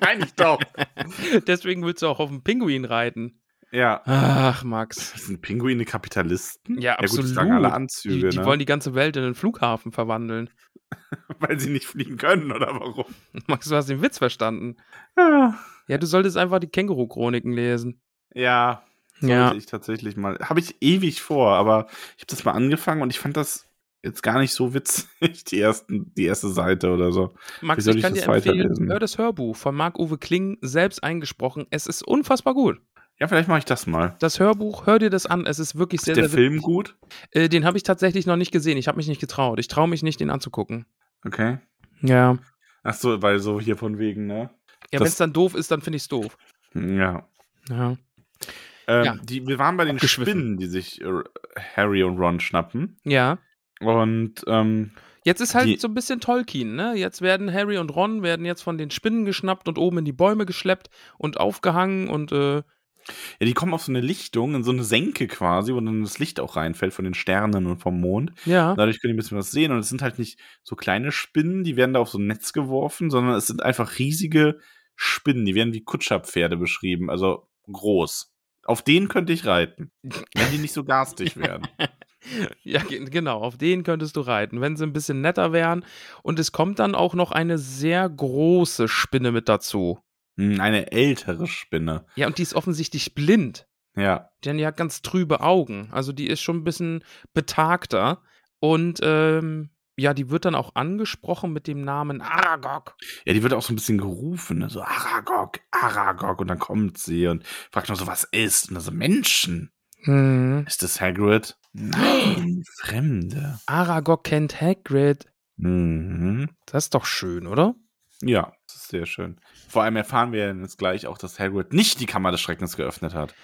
Meine ich doch.
Deswegen willst du auch auf den Pinguin reiten.
Ja.
Ach, Max.
Das sind Pinguine Kapitalisten?
Ja,
Gut, die
absolut.
tragen alle
Die,
Anzüge,
die
ne?
wollen die ganze Welt in einen Flughafen verwandeln.
weil sie nicht fliegen können, oder warum?
Max, du hast den Witz verstanden.
Ja,
Ja, du solltest einfach die Känguru-Chroniken lesen.
ja sollte ich tatsächlich mal. Habe ich ewig vor, aber ich habe das mal angefangen und ich fand das jetzt gar nicht so witzig, die, ersten, die erste Seite oder so. Wie
Max,
soll
ich
ich
kann dir
das
empfehlen,
weiterlesen?
hör das Hörbuch von Marc-Uwe Kling selbst eingesprochen. Es ist unfassbar gut.
Ja, vielleicht mache ich das mal.
Das Hörbuch, hör dir das an. Es ist wirklich sehr,
Ist der
sehr witzig.
Film gut?
Äh, den habe ich tatsächlich noch nicht gesehen. Ich habe mich nicht getraut. Ich traue mich nicht, den anzugucken.
Okay.
Ja.
Ach so, weil so hier von wegen, ne?
Ja,
Das-
wenn es dann doof ist, dann finde ich es doof.
Ja.
Ja.
Ähm,
Ja.
Die, wir waren bei den
Abgeschwiffen.
Spinnen, die sich äh, Harry und Ron schnappen.
Ja.
Und ähm,
Jetzt ist halt
Die-
so ein bisschen Tolkien, ne? Jetzt werden Harry und Ron werden jetzt von den Spinnen geschnappt und oben in die Bäume geschleppt und aufgehangen und äh,
ja, die kommen auf so eine Lichtung, in so eine Senke quasi, wo dann das Licht auch reinfällt von den Sternen und vom Mond.
ja.
Dadurch können die ein bisschen was sehen. Und es sind halt nicht so kleine Spinnen, die werden da auf so ein Netz geworfen, sondern es sind einfach riesige Spinnen. Die werden wie Kutscherpferde beschrieben, also groß. Auf denen könnte ich reiten, wenn die nicht so garstig werden.
Ja, ge- genau, auf den könntest du reiten, wenn sie ein bisschen netter wären. Und es kommt dann auch noch eine sehr große Spinne mit dazu.
Hm, Eine ältere Spinne.
Ja, und die ist offensichtlich blind,
Ja.
denn die hat ganz trübe Augen. Also die ist schon ein bisschen betagter. Und ähm, ja, die wird dann auch angesprochen mit dem Namen Aragog.
Ja, die wird auch so ein bisschen gerufen, ne? so Aragog, Aragog. Und dann kommt sie und fragt noch so, was ist? Und dann so, Menschen.
Hm.
Ist das Hagrid? Nein, Fremde.
Aragog kennt Hagrid.
Mhm.
Das ist doch schön, oder?
Ja, das ist sehr schön. Vor allem erfahren wir jetzt gleich auch, dass Hagrid nicht die Kammer des Schreckens geöffnet hat.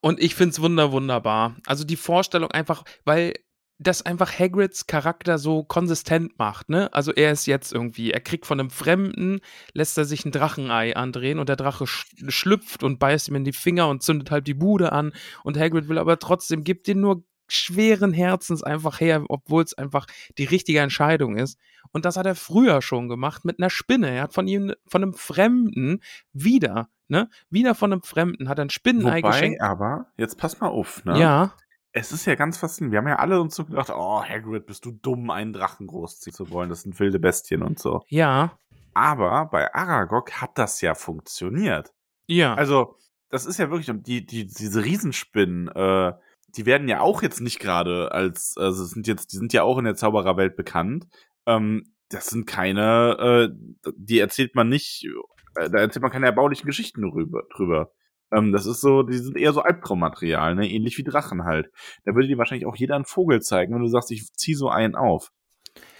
Und ich find's wunder wunderbar. Also die Vorstellung einfach, weil das einfach Hagrids Charakter so konsistent macht, ne? Also er ist jetzt irgendwie, er kriegt von einem Fremden, lässt er sich ein Drachenei andrehen und der Drache sch halt schlüpft und beißt ihm in die Finger und zündet halb die Bude an und Hagrid will aber trotzdem, gibt den nur schweren Herzens einfach her, obwohl es einfach die richtige Entscheidung ist. Und das hat er früher schon gemacht mit einer Spinne. Er hat von ihm, von einem Fremden wieder, ne, wieder von einem Fremden hat er ein Spinnenei
Wobei,
geschenkt.
aber, jetzt pass mal auf, ne?
Ja,
Es ist ja ganz faszinierend. Wir haben ja alle uns so gedacht, oh, Hagrid, bist du dumm, einen Drachen großziehen zu wollen. Das sind wilde Bestien und so.
ja,
Aber bei Aragog hat das ja funktioniert.
ja.
Also, das ist ja wirklich, und die, die, diese Riesenspinnen, äh, die werden ja auch jetzt nicht gerade als, also es sind jetzt, die sind ja auch in der Zaubererwelt bekannt. Ähm, das sind keine, äh, die erzählt man nicht, äh, da erzählt man keine erbaulichen Geschichten drüber. drüber. Ähm, das ist so, die sind eher so Albtraummaterial, ne? ähnlich wie Drachen halt. Da würde dir wahrscheinlich auch jeder einen Vogel zeigen, wenn du sagst, ich zieh so einen auf.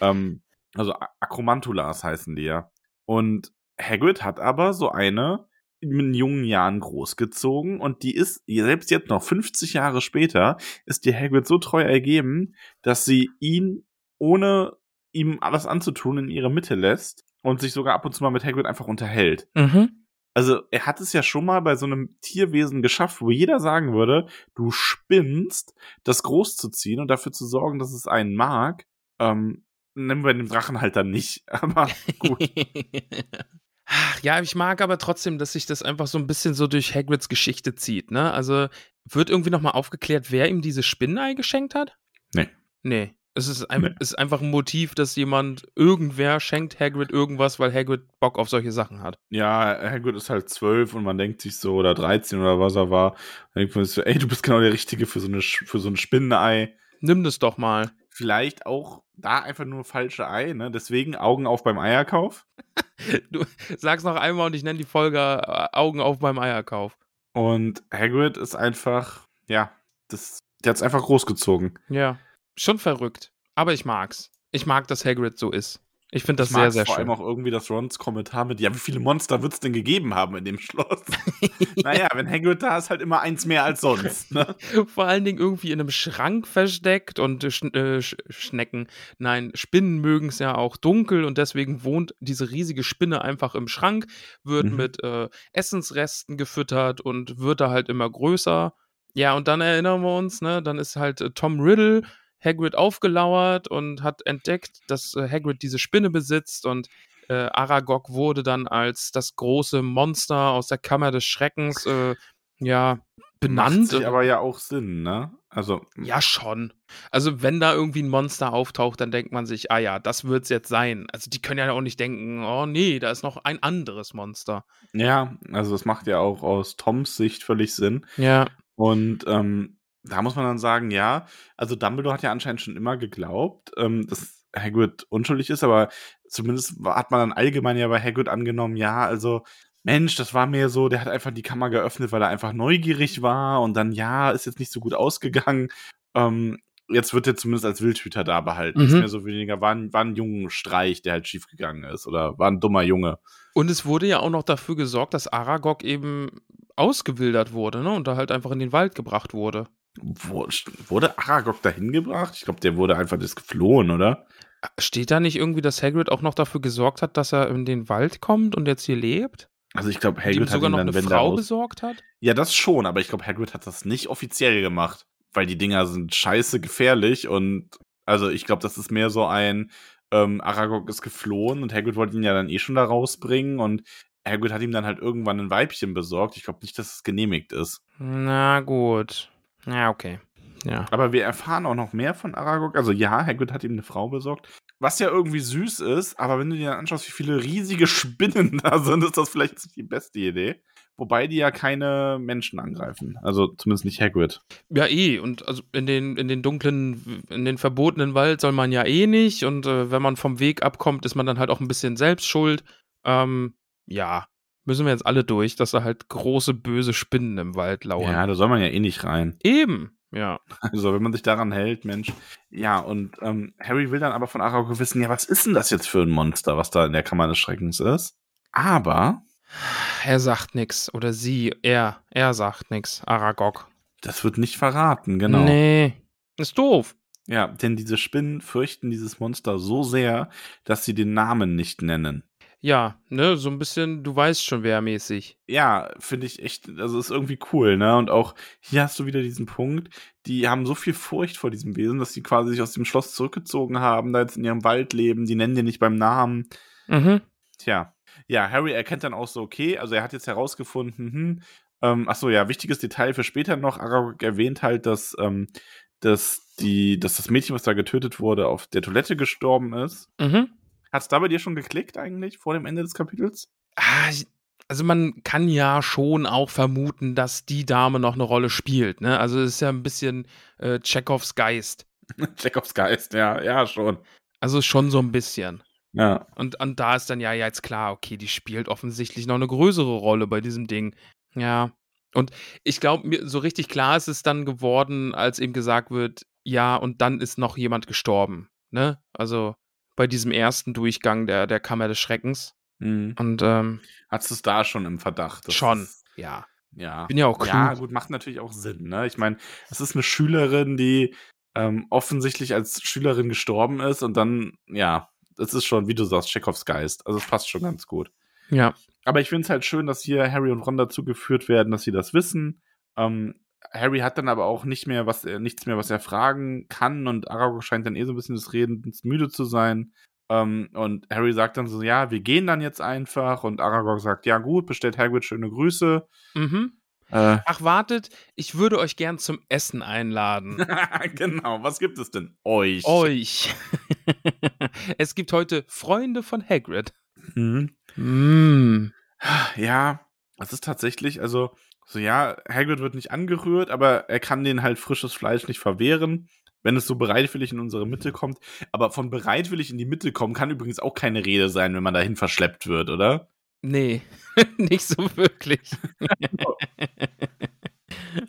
Ähm, also A- Acromantulas heißen die ja. Und Hagrid hat aber so eine in jungen Jahren großgezogen und die ist, selbst jetzt noch 50 Jahre später, ist die Hagrid so treu ergeben, dass sie ihn, ohne ihm alles anzutun, in ihre Mitte lässt und sich sogar ab und zu mal mit Hagrid einfach unterhält.
mhm.
Also er hat es ja schon mal bei so einem Tierwesen geschafft, wo jeder sagen würde, du spinnst, das großzuziehen und dafür zu sorgen, dass es einen mag. Ähm, nehmen wir den Drachen halt dann nicht. Aber gut.
Ach, ja, ich mag aber trotzdem, dass sich das einfach so ein bisschen so durch Hagrids Geschichte zieht, ne? Also wird irgendwie nochmal aufgeklärt, wer ihm dieses Spinnenei geschenkt hat?
Nee.
Nee. Es ist, ein,
Nee.
es ist einfach ein Motiv, dass jemand, irgendwer schenkt Hagrid irgendwas, weil Hagrid Bock auf solche Sachen hat.
Ja, Hagrid ist halt zwölf und man denkt sich so, oder 13 oder was er war, denkt man sich so, ey, du bist genau der Richtige für so, eine, Sch- für so ein Spinnenei.
Nimm das doch mal.
Vielleicht auch da einfach nur falsche Ei, ne? Deswegen Augen auf beim Eierkauf.
Du sag's noch einmal und ich nenne die Folge äh, Augen auf beim Eierkauf.
Und Hagrid ist einfach, ja, das, der hat's einfach großgezogen.
Ja. Schon verrückt. Aber ich mag's. Ich mag, dass Hagrid so ist. Ich finde das
Ich
sehr,
mag's
sehr
vor
schön.
allem auch irgendwie das Rons Kommentar mit, ja, wie viele Monster wird's denn gegeben haben in dem Schloss? Naja, wenn Hagrid da ist, halt immer eins mehr als sonst, ne?
Vor allen Dingen irgendwie in einem Schrank versteckt und äh, Schn- äh, Sch Schnecken. Nein, Spinnen mögen es ja auch dunkel und deswegen wohnt diese riesige Spinne einfach im Schrank, wird
Mhm.
mit äh, Essensresten gefüttert und wird da halt immer größer. Ja, und dann erinnern wir uns, ne, dann ist halt äh, Tom Riddle Hagrid aufgelauert und hat entdeckt, dass äh, Hagrid diese Spinne besitzt und äh, Aragog wurde dann als das große Monster aus der Kammer des Schreckens äh, ja
Macht
benannt.
sich aber ja auch Sinn, ne? Also,
Ja, schon. Also, wenn da irgendwie ein Monster auftaucht, dann denkt man sich, ah ja, das wird's jetzt sein. Also, die können ja auch nicht denken, oh nee, da ist noch ein anderes Monster.
Ja, also das macht ja auch aus Toms Sicht völlig Sinn.
Ja.
Und ähm, da muss man dann sagen, ja, also Dumbledore hat ja anscheinend schon immer geglaubt, ähm, dass Hagrid unschuldig ist, aber zumindest war- hat man dann allgemein ja bei Hagrid angenommen, ja, also Mensch, das war mir so, der hat einfach die Kammer geöffnet, weil er einfach neugierig war und dann, ja, ist jetzt nicht so gut ausgegangen. Ähm, jetzt wird er zumindest als Wildhüter da behalten. Ist
Mhm.
mehr so weniger, war ein, war ein junger Streich, der halt schiefgegangen ist oder war ein dummer Junge.
Und es wurde ja auch noch dafür gesorgt, dass Aragog eben ausgewildert wurde, ne? Und da halt einfach in den Wald gebracht wurde.
Wo, wurde Aragog dahin gebracht? Ich glaube, der wurde einfach das geflohen, oder?
Steht da nicht irgendwie, dass Hagrid auch noch dafür gesorgt hat, dass er in den Wald kommt und jetzt hier lebt?
Also ich glaube,
Ihm
Hagrid hat
sogar
ihn
noch
dann,
eine
wenn
Frau
daraus-
besorgt hat?
Ja, das schon, aber ich glaube, Hagrid hat das nicht offiziell gemacht, weil die Dinger sind scheiße gefährlich und also ich glaube, das ist mehr so ein ähm, Aragog ist geflohen und Hagrid wollte ihn ja dann eh schon da rausbringen und Hagrid hat ihm dann halt irgendwann ein Weibchen besorgt. Ich glaube nicht, dass es genehmigt ist.
Na gut. Ja, okay. Ja.
Aber wir erfahren auch noch mehr von Aragog. Also ja, Hagrid hat ihm eine Frau besorgt. Was ja irgendwie süß ist, aber wenn du dir dann anschaust, wie viele riesige Spinnen da sind, ist das vielleicht nicht die beste Idee. Wobei die ja keine Menschen angreifen. Also zumindest nicht Hagrid.
Ja, eh. Und also in den, in den dunklen, in den verbotenen Wald soll man ja eh nicht. Und äh, wenn man vom Weg abkommt, ist man dann halt auch ein bisschen selbst schuld. Ähm, ja. Müssen wir jetzt alle durch, dass da halt große, böse Spinnen im Wald lauern.
Ja, da soll man ja eh nicht rein.
Eben. Ja.
Also wenn man sich daran hält, Mensch. Ja, und ähm, Harry will dann aber von Aragog wissen, ja, was ist denn das jetzt für ein Monster, was da in der Kammer des Schreckens ist? Aber
Er sagt nix. Oder sie, er, er sagt nix. Aragog.
das wird nicht verraten, genau.
Nee. Ist doof.
Ja, denn diese Spinnen fürchten dieses Monster so sehr, dass sie den Namen nicht nennen.
Ja, ne, so ein bisschen, du weißt schon, wer mäßig.
ja, finde ich echt, also ist irgendwie cool, ne? Und auch hier hast du wieder diesen Punkt, die haben so viel Furcht vor diesem Wesen, dass die quasi sich aus dem Schloss zurückgezogen haben, da jetzt in ihrem Wald leben, die nennen den nicht beim Namen.
Mhm.
Tja. Ja, Harry erkennt dann auch so, okay, also er hat jetzt herausgefunden, hm, ähm, ach so, ja, wichtiges Detail für später noch, Aragog erwähnt halt, dass, ähm, dass die, dass das Mädchen, was da getötet wurde, auf der Toilette gestorben ist.
Mhm.
Hat's da bei dir schon geklickt eigentlich, vor dem Ende des Kapitels?
Ah, ich- also man kann ja schon auch vermuten, dass die Dame noch eine Rolle spielt. Ne? Also es ist ja ein bisschen äh, Tschechows Geist.
Chekhovs Geist, ja, ja, schon.
Also schon so ein bisschen.
Ja.
Und, und da ist dann ja jetzt klar, okay, die spielt offensichtlich noch eine größere Rolle bei diesem Ding. Ja. Und ich glaube, mir so richtig klar ist es dann geworden, als eben gesagt wird, ja, und dann ist noch jemand gestorben. Ne? Also bei diesem ersten Durchgang der, der Kammer des Schreckens.
Mhm.
Und ähm,
Hattest du es da schon im Verdacht? dass
Schon.
es-
ja.
ja.
Bin ja auch klug.
Ja, gut, macht natürlich auch Sinn. Ne? Ich meine, es ist eine Schülerin, die ähm, offensichtlich als Schülerin gestorben ist und dann, ja, es ist schon, wie du sagst, Tschechows Geist. Also es passt schon ganz gut.
Ja.
Aber ich finde es halt schön, dass hier Harry und Ron dazu geführt werden, dass sie das wissen. Ähm, Harry hat dann aber auch nicht mehr was, er- nichts mehr, was er fragen kann und Aragog scheint dann eh so ein bisschen des Redens müde zu sein. Ähm, und Harry sagt dann so, ja, wir gehen dann jetzt einfach und Aragog sagt, ja gut, bestellt Hagrid schöne Grüße.
Mhm.
Äh,
Ach, wartet, ich würde euch gern zum Essen einladen.
genau, was gibt es denn? Euch.
euch. es gibt heute Freunde von Hagrid.
Mhm.
Mm.
Ja, es ist tatsächlich, also, so ja, Hagrid wird nicht angerührt, aber er kann den halt frisches Fleisch nicht verwehren, wenn es so bereitwillig in unsere Mitte kommt. Aber von bereitwillig in die Mitte kommen kann übrigens auch keine Rede sein, wenn man dahin verschleppt wird, oder?
Nee, nicht so wirklich.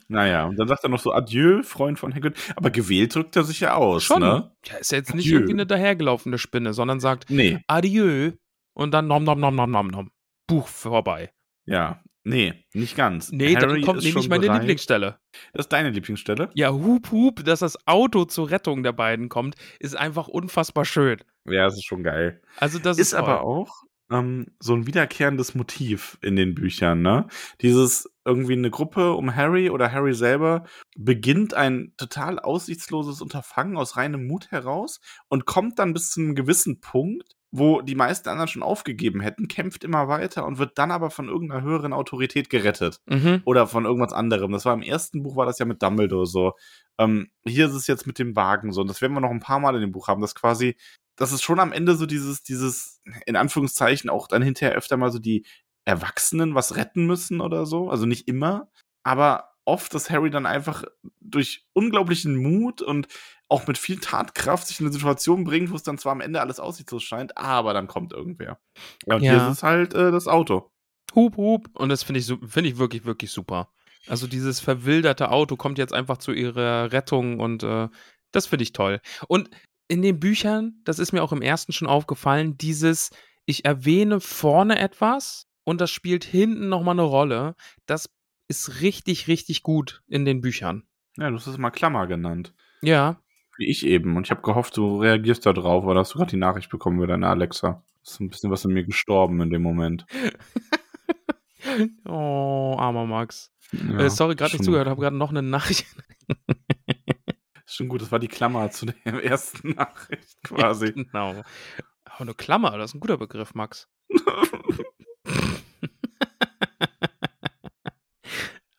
Naja, und dann sagt er noch so Adieu, Freund von Hagrid. Aber gewählt drückt er sich ja aus, ne?
Ja, ist ja jetzt nicht
Adieu.
irgendwie eine dahergelaufene Spinne, sondern sagt
Nee,
Adieu und dann nom nom nom nom nom nom. Buch vorbei.
ja. Nee, nicht ganz.
Nee, dann
Harry
kommt
ist
nämlich
schon
meine
bereit.
Lieblingsstelle.
Das ist deine Lieblingsstelle?
Ja, hup hup, dass das Auto zur Rettung der beiden kommt, ist einfach unfassbar schön.
Ja, das ist schon geil.
Also das ist,
ist aber auch ähm, so ein wiederkehrendes Motiv in den Büchern, ne? Dieses irgendwie eine Gruppe um Harry oder Harry selber beginnt ein total aussichtsloses Unterfangen aus reinem Mut heraus und kommt dann bis zu einem gewissen Punkt, wo die meisten anderen schon aufgegeben hätten, kämpft immer weiter und wird dann aber von irgendeiner höheren Autorität gerettet
Mhm.
oder von irgendwas anderem. Das war im ersten Buch war das ja mit Dumbledore so. Ähm, hier ist es jetzt mit dem Wagen so. Und das werden wir noch ein paar Mal in dem Buch haben, dass quasi, das ist schon am Ende so dieses, dieses, in Anführungszeichen auch dann hinterher öfter mal so die Erwachsenen was retten müssen oder so. Also nicht immer, aber oft, dass Harry dann einfach durch unglaublichen Mut und auch mit viel Tatkraft sich in eine Situation bringt, wo es dann zwar am Ende alles aussichtslos scheint, aber dann kommt irgendwer. Ja, und
Ja.
hier ist es halt äh, das Auto.
Hup, hup. Und das finde ich, su- finde ich wirklich, wirklich super. Also dieses verwilderte Auto kommt jetzt einfach zu ihrer Rettung und äh, das finde ich toll. Und in den Büchern, das ist mir auch im ersten schon aufgefallen, dieses, ich erwähne vorne etwas und das spielt hinten nochmal eine Rolle, das ist richtig, richtig gut in den Büchern.
Ja, du hast es mal Klammer genannt.
Ja,
Wie ich eben. Und ich habe gehofft, du reagierst da drauf, oder hast du gerade die Nachricht bekommen über deine Alexa? Ist ein bisschen was in mir gestorben in dem Moment.
oh, armer Max.
Ja,
äh, sorry, gerade
schon-
nicht zugehört, habe gerade noch eine Nachricht.
Schon gut, das war die Klammer zu der ersten Nachricht quasi.
Genau. Aber eine Klammer, das ist ein guter Begriff, Max.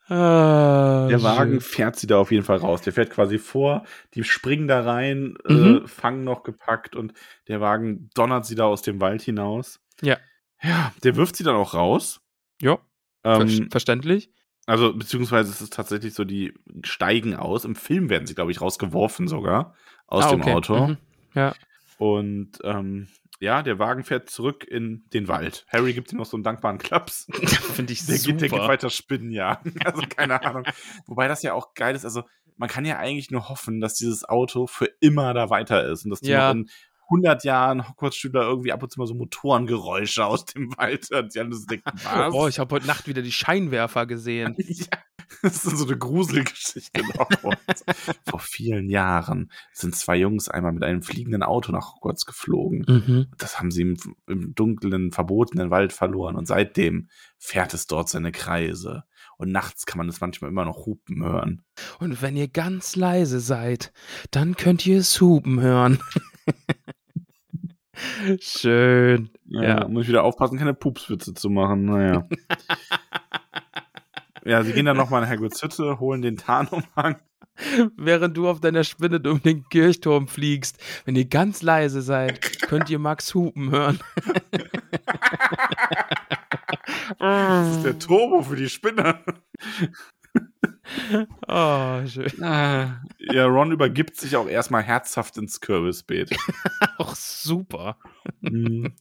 Ah,
Der Wagen fährt sie da auf jeden Fall raus. Der fährt quasi vor, die springen da rein, äh,
Mhm.
fangen noch gepackt und der Wagen donnert sie da aus dem Wald hinaus.
Ja.
Ja, der wirft sie dann auch raus.
Ja, ver
Ähm,
verständlich.
also, beziehungsweise es ist tatsächlich so, die steigen aus. Im Film werden sie, glaube ich, rausgeworfen sogar aus
Ah,
dem
okay.
Auto.
Mhm.
Und ähm, ja, der Wagen fährt zurück in den Wald. Harry gibt ihm noch so einen dankbaren Klaps.
Finde ich
Der
super.
geht, der geht weiter Spinnen jagen. Also keine Ahnung. Wobei das ja auch geil ist. Also man kann ja eigentlich nur hoffen, dass dieses Auto für immer da weiter ist und dass du
Ja.
noch in 100 Jahren Hogwarts-Schüler irgendwie ab und zu mal so Motorengeräusche aus dem Wald hören. Die haben das denken, was?
Oh, ich habe heute Nacht wieder die Scheinwerfer gesehen.
ja. Das ist so eine Gruselgeschichte. Vor vielen Jahren sind zwei Jungs einmal mit einem fliegenden Auto nach Hogwarts geflogen.
Mhm.
Das haben sie im, im dunklen, verbotenen Wald verloren. Und seitdem fährt es dort seine Kreise. Und nachts kann man es manchmal immer noch hupen hören.
Und wenn ihr ganz leise seid, dann könnt ihr es hupen hören. Schön. Ja.
muss ich wieder aufpassen, keine Pupswitze zu machen. Naja. ja, sie gehen dann nochmal in Hagrids Hütte, holen den Tarnumhang.
Während du auf deiner Spinne um den Kirchturm fliegst, wenn ihr ganz leise seid, könnt ihr Max hupen hören.
Das ist der Turbo für die Spinne.
Oh, schön.
Ah. Ja, Ron übergibt sich auch erstmal herzhaft ins Kürbisbeet.
Auch super.
Mhm.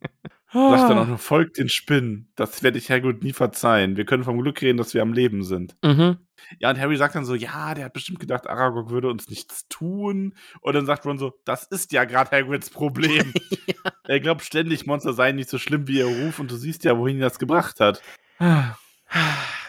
Ah.
Sagt dann auch noch, folgt den Spinnen. Das werde ich Hagrid nie verzeihen. Wir können vom Glück reden, dass wir am Leben sind.
Mhm.
Ja, und Harry sagt dann so, ja, der hat bestimmt gedacht, Aragog würde uns nichts tun. Und dann sagt Ron so, das ist ja gerade Hagrids Problem. Er glaubt ständig, Monster seien nicht so schlimm wie ihr Ruf und du siehst ja, wohin ihn das gebracht hat.
Ah,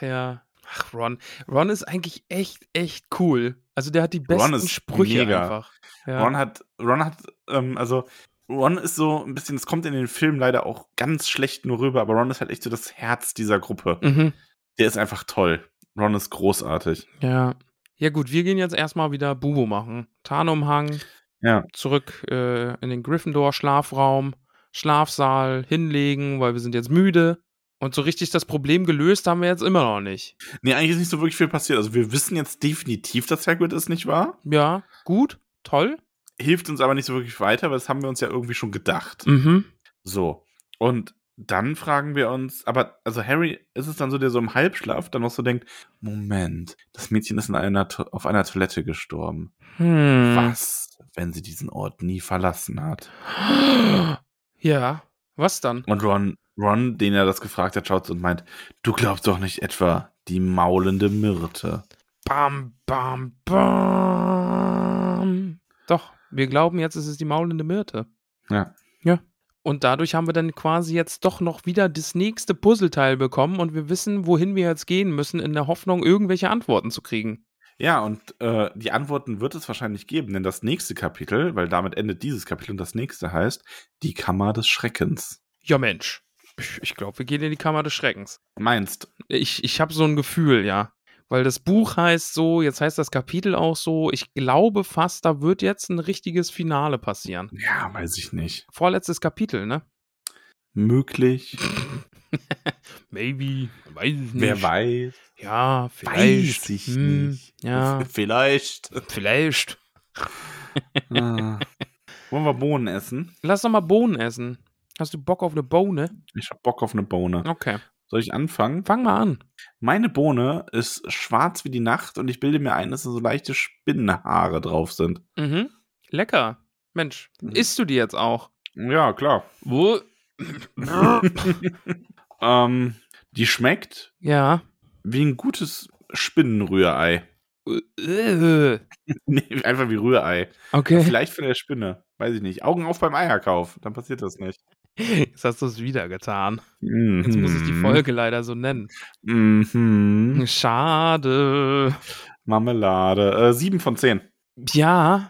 Ja. Ach, Ron. Ron ist eigentlich echt, echt cool. Also der hat die besten
ist
Sprüche
mega.
einfach. Ja.
Ron hat, Ron hat, ähm, also Ron ist so ein bisschen, es kommt in den Film leider auch ganz schlecht nur rüber, aber Ron ist halt echt so das Herz dieser Gruppe.
mhm.
Der ist einfach toll. Ron ist großartig.
Ja. Ja, gut, wir gehen jetzt erstmal wieder Bubo machen. Tarnumhang.
Ja.
Zurück äh, in den Gryffindor-Schlafraum, Schlafsaal, hinlegen, weil wir sind jetzt müde. Und so richtig das Problem gelöst haben wir jetzt immer noch nicht.
Nee, eigentlich ist nicht so wirklich viel passiert. Also wir wissen jetzt definitiv, dass Hagrid es nicht war.
Ja, gut, toll.
Hilft uns aber nicht so wirklich weiter, weil das haben wir uns ja irgendwie schon gedacht.
Mhm.
So. Und dann fragen wir uns, aber also Harry ist es dann so, der so im Halbschlaf dann noch so denkt, Moment, das Mädchen ist in einer To- auf einer Toilette gestorben.
Hm.
Was, wenn sie diesen Ort nie verlassen hat?
Ja, was dann?
Und Ron, Ron, den er das gefragt hat, schaut so und meint, du glaubst doch nicht etwa die maulende Myrte.
Bam, bam, bam. Doch, wir glauben jetzt, ist es ist die maulende Myrte.
Ja.
Ja. Und dadurch haben wir dann quasi jetzt doch noch wieder das nächste Puzzleteil bekommen und wir wissen, wohin wir jetzt gehen müssen, in der Hoffnung, irgendwelche Antworten zu kriegen.
Ja, und äh, die Antworten wird es wahrscheinlich geben, denn das nächste Kapitel, weil damit endet dieses Kapitel und das nächste heißt Die Kammer des Schreckens.
Ja, Mensch. Ich, ich glaube, wir gehen in die Kammer des Schreckens.
Meinst?
Ich, ich habe so ein Gefühl, ja. Weil das Buch heißt so, jetzt heißt das Kapitel auch so. Ich glaube fast, da wird jetzt ein richtiges Finale passieren.
Ja, weiß ich nicht.
Vorletztes Kapitel, ne?
Möglich.
Maybe. Weiß ich nicht.
Wer weiß.
Ja, vielleicht.
Weiß ich
Hm,
nicht.
Ja,
Vielleicht.
vielleicht.
Ah. Wollen wir Bohnen essen?
Lass doch mal Bohnen essen. Hast du Bock auf eine Bohne?
Ich hab Bock auf eine Bohne.
Okay.
Soll ich anfangen?
Fang mal an.
Meine Bohne ist schwarz wie die Nacht und ich bilde mir ein, dass da so leichte Spinnenhaare drauf sind.
Mhm. Lecker. Mensch,
Mhm.
isst du die jetzt auch?
Ja, klar.
Wo?
Ähm, die schmeckt
ja.
wie ein gutes Spinnenrührei.
Äh,
Nee, einfach wie Rührei.
Okay.
Vielleicht von der Spinne. Weiß ich nicht. Augen auf beim Eierkauf. Dann passiert das nicht.
Jetzt hast du es wieder getan.
Mhm.
Jetzt muss ich die Folge leider so nennen.
Mhm.
Schade.
Marmelade. Äh, sieben von zehn.
Ja.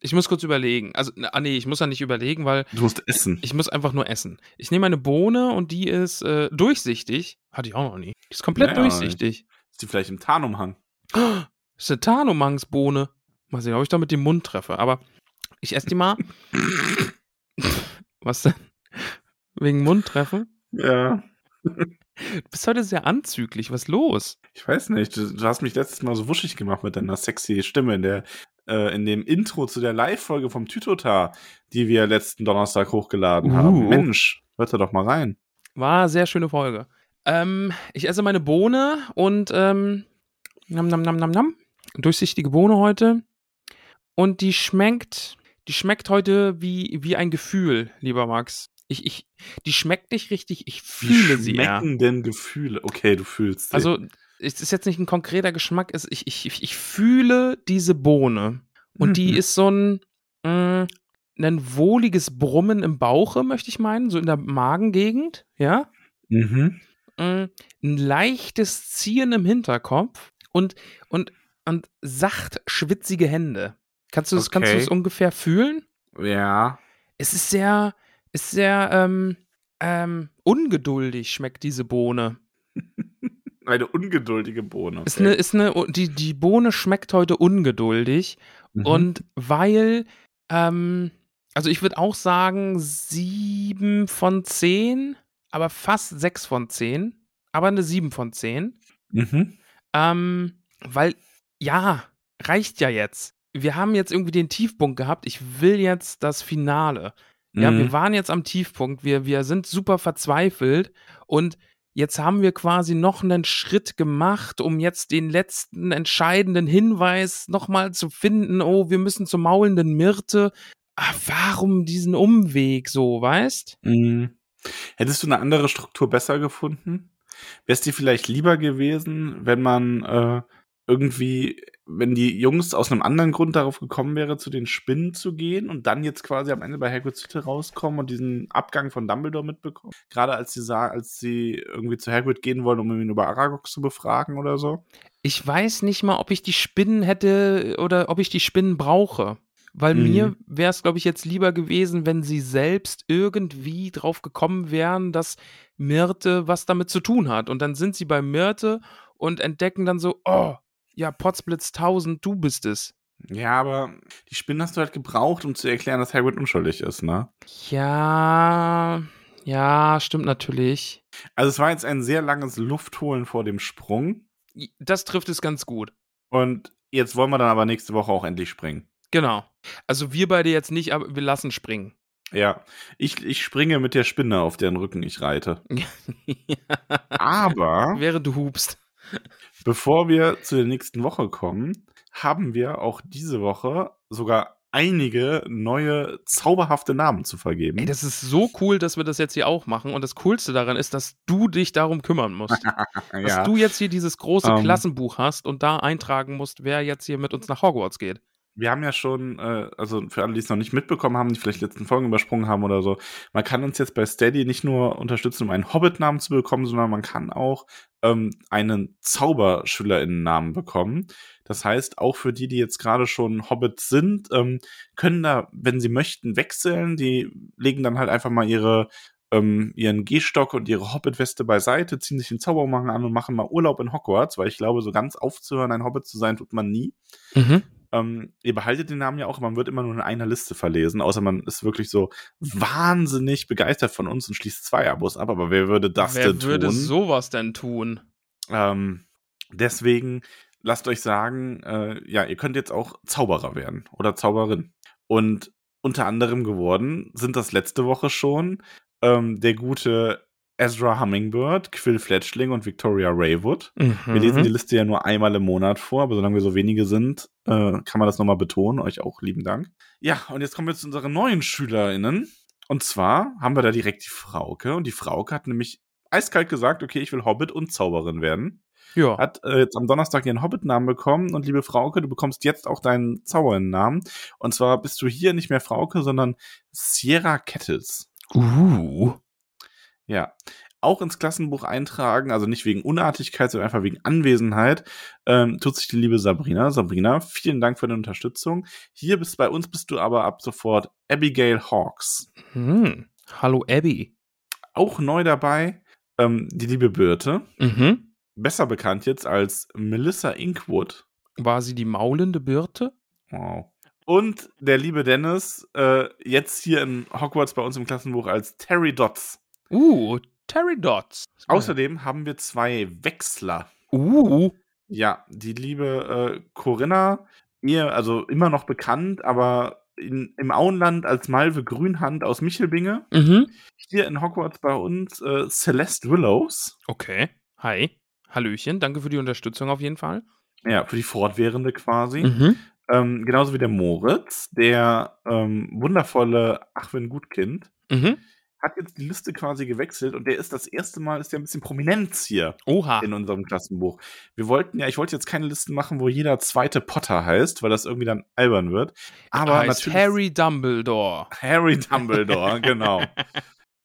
Ich muss kurz überlegen. Also, na, ah nee, ich muss ja nicht überlegen, weil
Du musst essen.
ich muss einfach nur essen. Ich nehme eine Bohne und die ist äh, durchsichtig. Hatte ich auch noch nie. Die ist komplett
Naja,
durchsichtig.
Ist die vielleicht im Tarnumhang?
Das ist eine Tarnumangsbohne. Mal sehen, ob ich da mit dem Mund treffe. Aber ich esse die mal. Was denn? Wegen Mund treffen?
Ja.
Du bist heute sehr anzüglich. Was ist los?
Ich weiß nicht. Du, du hast mich letztes Mal so wuschig gemacht mit deiner sexy Stimme in der äh, in dem Intro zu der Live-Folge vom Tytotar, die wir letzten Donnerstag hochgeladen
Uh.
haben. Mensch, hört da doch mal rein.
War eine sehr schöne Folge. Ähm, ich esse meine Bohne und ähm, nam nam nam nam nam. Durchsichtige Bohne heute. Und die schmeckt, die schmeckt heute wie, wie ein Gefühl, lieber Max. Ich, ich, die schmeckt nicht richtig, ich fühle sie eher.
schmecken denn Gefühle? Okay, du fühlst sie.
Also, es ist jetzt nicht ein konkreter Geschmack, es, ich, ich, ich- ich fühle diese Bohne. Und die
Mhm.
ist so ein, mh, ein wohliges Brummen im Bauche, möchte ich meinen, so in der Magengegend, ja.
Mhm.
Mm, Mh, ein leichtes Ziehen im Hinterkopf und, und, und sacht schwitzige Hände. Kannst du das kannst du
Okay.
das ungefähr fühlen?
Ja.
Es ist sehr, ist sehr ähm, ähm, ungeduldig, schmeckt diese Bohne.
Eine ungeduldige Bohne.
Ist eine, ist eine, die, die Bohne schmeckt heute ungeduldig.
Mhm.
Und weil, ähm, also ich würde auch sagen, sieben von zehn, aber fast sechs von zehn, aber eine sieben von zehn.
Mhm.
Ähm, weil, ja, reicht ja jetzt. Wir haben jetzt irgendwie den Tiefpunkt gehabt. Ich will jetzt das Finale. Ja,
Mhm.
wir waren jetzt am Tiefpunkt. Wir, wir sind super verzweifelt und jetzt haben wir quasi noch einen Schritt gemacht, um jetzt den letzten entscheidenden Hinweis nochmal zu finden. Oh, wir müssen zur maulenden Myrte. Ah, warum diesen Umweg so, weißt?
Mhm. Hättest du eine andere Struktur besser gefunden? Wäre es dir vielleicht lieber gewesen, wenn man äh, irgendwie, wenn die Jungs aus einem anderen Grund darauf gekommen wäre, zu den Spinnen zu gehen und dann jetzt quasi am Ende bei Hagrid's Hütte rauskommen und diesen Abgang von Dumbledore mitbekommen? Gerade als sie sah, als sie irgendwie zu Hagrid gehen wollen, um ihn über Aragog zu befragen oder so.
Ich weiß nicht mal, ob ich die Spinnen hätte äh, oder ob ich die Spinnen brauche. Weil
Mhm.
mir wäre es, glaube ich, jetzt lieber gewesen, wenn sie selbst irgendwie drauf gekommen wären, dass Myrte was damit zu tun hat. Und dann sind sie bei Myrte und entdecken dann so, oh, ja, Potzblitz 1000, du bist es.
Ja, aber die Spinnen hast du halt gebraucht, um zu erklären, dass Hagrid unschuldig ist, ne?
Ja, ja, stimmt natürlich.
Also es war jetzt ein sehr langes Luftholen vor dem Sprung.
Das trifft es ganz gut.
Und jetzt wollen wir dann aber nächste Woche auch endlich springen.
Genau. Also wir beide jetzt nicht, aber wir lassen springen.
Ja, ich, ich springe mit der Spinne, auf deren Rücken ich reite. Aber
Während du hubst.
bevor wir zu der nächsten Woche kommen, haben wir auch diese Woche sogar einige neue zauberhafte Namen zu vergeben.
Ey, das ist so cool, dass wir das jetzt hier auch machen. Und das Coolste daran ist, dass du dich darum kümmern musst. Dass
ja.
du jetzt hier dieses große
Ähm.
Klassenbuch hast und da eintragen musst, wer jetzt hier mit uns nach Hogwarts geht.
Wir haben ja schon, äh, also für alle, die es noch nicht mitbekommen haben, die vielleicht die letzten Folgen übersprungen haben oder so, man kann uns jetzt bei Steady nicht nur unterstützen, um einen Hobbit-Namen zu bekommen, sondern man kann auch ähm, einen Zauberschülerinnen-Namen bekommen. Das heißt, auch für die, die jetzt gerade schon Hobbit sind, ähm, können da, wenn sie möchten, wechseln. Die legen dann halt einfach mal ihre ähm, ihren Gehstock und ihre Hobbit-Weste beiseite, ziehen sich den Zauberumhang an und machen mal Urlaub in Hogwarts, weil ich glaube, so ganz aufzuhören, ein Hobbit zu sein, tut man nie.
Mhm.
Ähm, ihr behaltet den Namen ja auch, man wird immer nur in einer Liste verlesen, außer man ist wirklich so wahnsinnig begeistert von uns und schließt zwei Abos ab. Aber wer würde das denn
wer würde
tun?
sowas denn tun?
ähm, deswegen lasst euch sagen, äh, ja, ihr könnt jetzt auch Zauberer werden oder Zauberin. Und unter anderem geworden sind das letzte Woche schon ähm, der gute Ezra Hummingbird, Quill Fletchling und Victoria Raywood.
Mhm.
Wir lesen die Liste ja nur einmal im Monat vor, aber solange wir so wenige sind, äh, kann man das nochmal betonen. Euch auch lieben Dank. Ja, und jetzt kommen wir zu unseren neuen SchülerInnen. Und zwar haben wir da direkt die Frauke. Und die Frauke hat nämlich eiskalt gesagt, okay, ich will Hobbit und Zauberin werden.
ja.
Hat äh, jetzt am Donnerstag ihren Hobbit-Namen bekommen. Und liebe Frauke, du bekommst jetzt auch deinen Zauberin-Namen. Und zwar bist du hier nicht mehr Frauke, sondern Sierra Kettles.
Uh.
Ja. Auch ins Klassenbuch eintragen, also nicht wegen Unartigkeit, sondern einfach wegen Anwesenheit, ähm, tut sich die liebe Sabrina. Sabrina, vielen Dank für deine Unterstützung. Hier bist bei uns bist du aber ab sofort Abigail Hawks.
Hm. Hallo Abby.
Auch neu dabei, ähm, die liebe Birte,
Mhm.
besser bekannt jetzt als Melissa Inkwood.
War sie die maulende Birte?
Wow. Und der liebe Dennis, äh, jetzt hier in Hogwarts bei uns im Klassenbuch als Terry Dotts.
Uh, Terry Dots.
Außerdem haben wir zwei Wechsler.
Uh.
Ja, die liebe äh, Corinna, ihr, also immer noch bekannt, aber in, im Auenland als Malve Grünhand aus Michelbinge.
Mhm.
Hier in Hogwarts bei uns äh, Celeste Willows.
Okay. Hi. Hallöchen. Danke für die Unterstützung auf jeden Fall.
Ja, für die Fortwährende quasi.
Mhm.
Ähm, genauso wie der Moritz, der ähm, wundervolle Achwin Gutkind,
Mhm.
hat jetzt die Liste quasi gewechselt und der ist das erste Mal, ist der ein bisschen Prominenz hier.
Oha.
in unserem Klassenbuch. Wir wollten ja, ich wollte jetzt keine Listen machen, wo jeder zweite Potter heißt, weil das irgendwie dann albern wird. Aber
heißt
natürlich
Harry Dumbledore.
Harry Dumbledore, genau.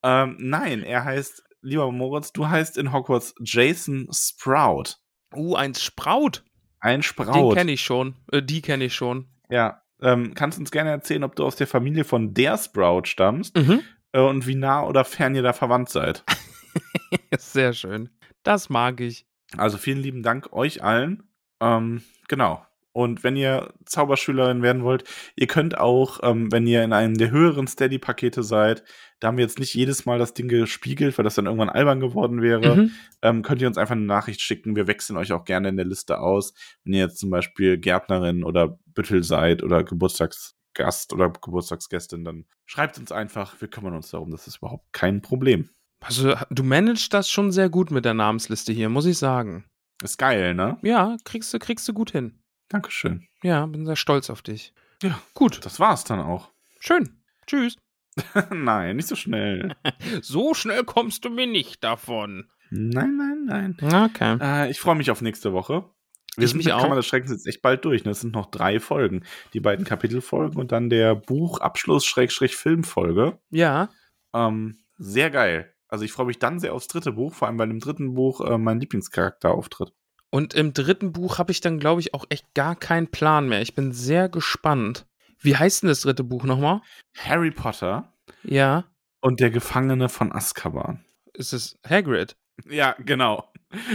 ähm, nein, er heißt, lieber Moritz, du heißt in Hogwarts Jason Sprout.
Uh, ein Sprout.
Ein
Den
Sprout.
kenne ich schon. Äh, die kenne ich schon.
Ja. Ähm, kannst uns gerne erzählen, ob du aus der Familie von der Sprout stammst
Mhm.
äh, und wie nah oder fern ihr da verwandt seid.
Sehr schön. Das mag ich.
Also vielen lieben Dank euch allen. Ähm, genau. Und wenn ihr Zauberschülerin werden wollt, ihr könnt auch, ähm, wenn ihr in einem der höheren Steady-Pakete seid, da haben wir jetzt nicht jedes Mal das Ding gespiegelt, weil das dann irgendwann albern geworden wäre,
Mhm.
ähm, könnt ihr uns einfach eine Nachricht schicken. Wir wechseln euch auch gerne in der Liste aus. Wenn ihr jetzt zum Beispiel Gärtnerin oder Büttel seid oder Geburtstagsgast oder Geburtstagsgästin, dann schreibt uns einfach. Wir kümmern uns darum. Das ist überhaupt kein Problem.
Also, du managst das schon sehr gut mit der Namensliste hier, muss ich sagen.
Ist geil, ne?
Ja, kriegst du, kriegst du gut hin.
Dankeschön.
Ja, bin sehr stolz auf dich.
Ja.
Gut,
Das war's dann auch.
schön. Tschüss.
Nein, nicht so schnell.
So schnell kommst du mir nicht davon.
Nein, nein, nein.
Okay.
Äh, ich freue mich auf nächste Woche. Wir
Ich
sind
mich
mit
auch.
Kammer des Schreckens jetzt echt bald durch. Ne? Es sind noch drei Folgen. Die beiden Kapitelfolgen und dann der Buchabschluss-Filmfolge.
Ja,
Ähm, sehr geil. Also ich freue mich dann sehr aufs dritte Buch, vor allem weil im dritten Buch äh, mein Lieblingscharakter auftritt.
und im dritten Buch habe ich dann, glaube ich, auch echt gar keinen Plan mehr. Ich bin sehr gespannt. Wie heißt denn das dritte Buch nochmal?
Harry Potter
Ja,
und der Gefangene von Azkaban.
ist es Hagrid.
Ja, genau.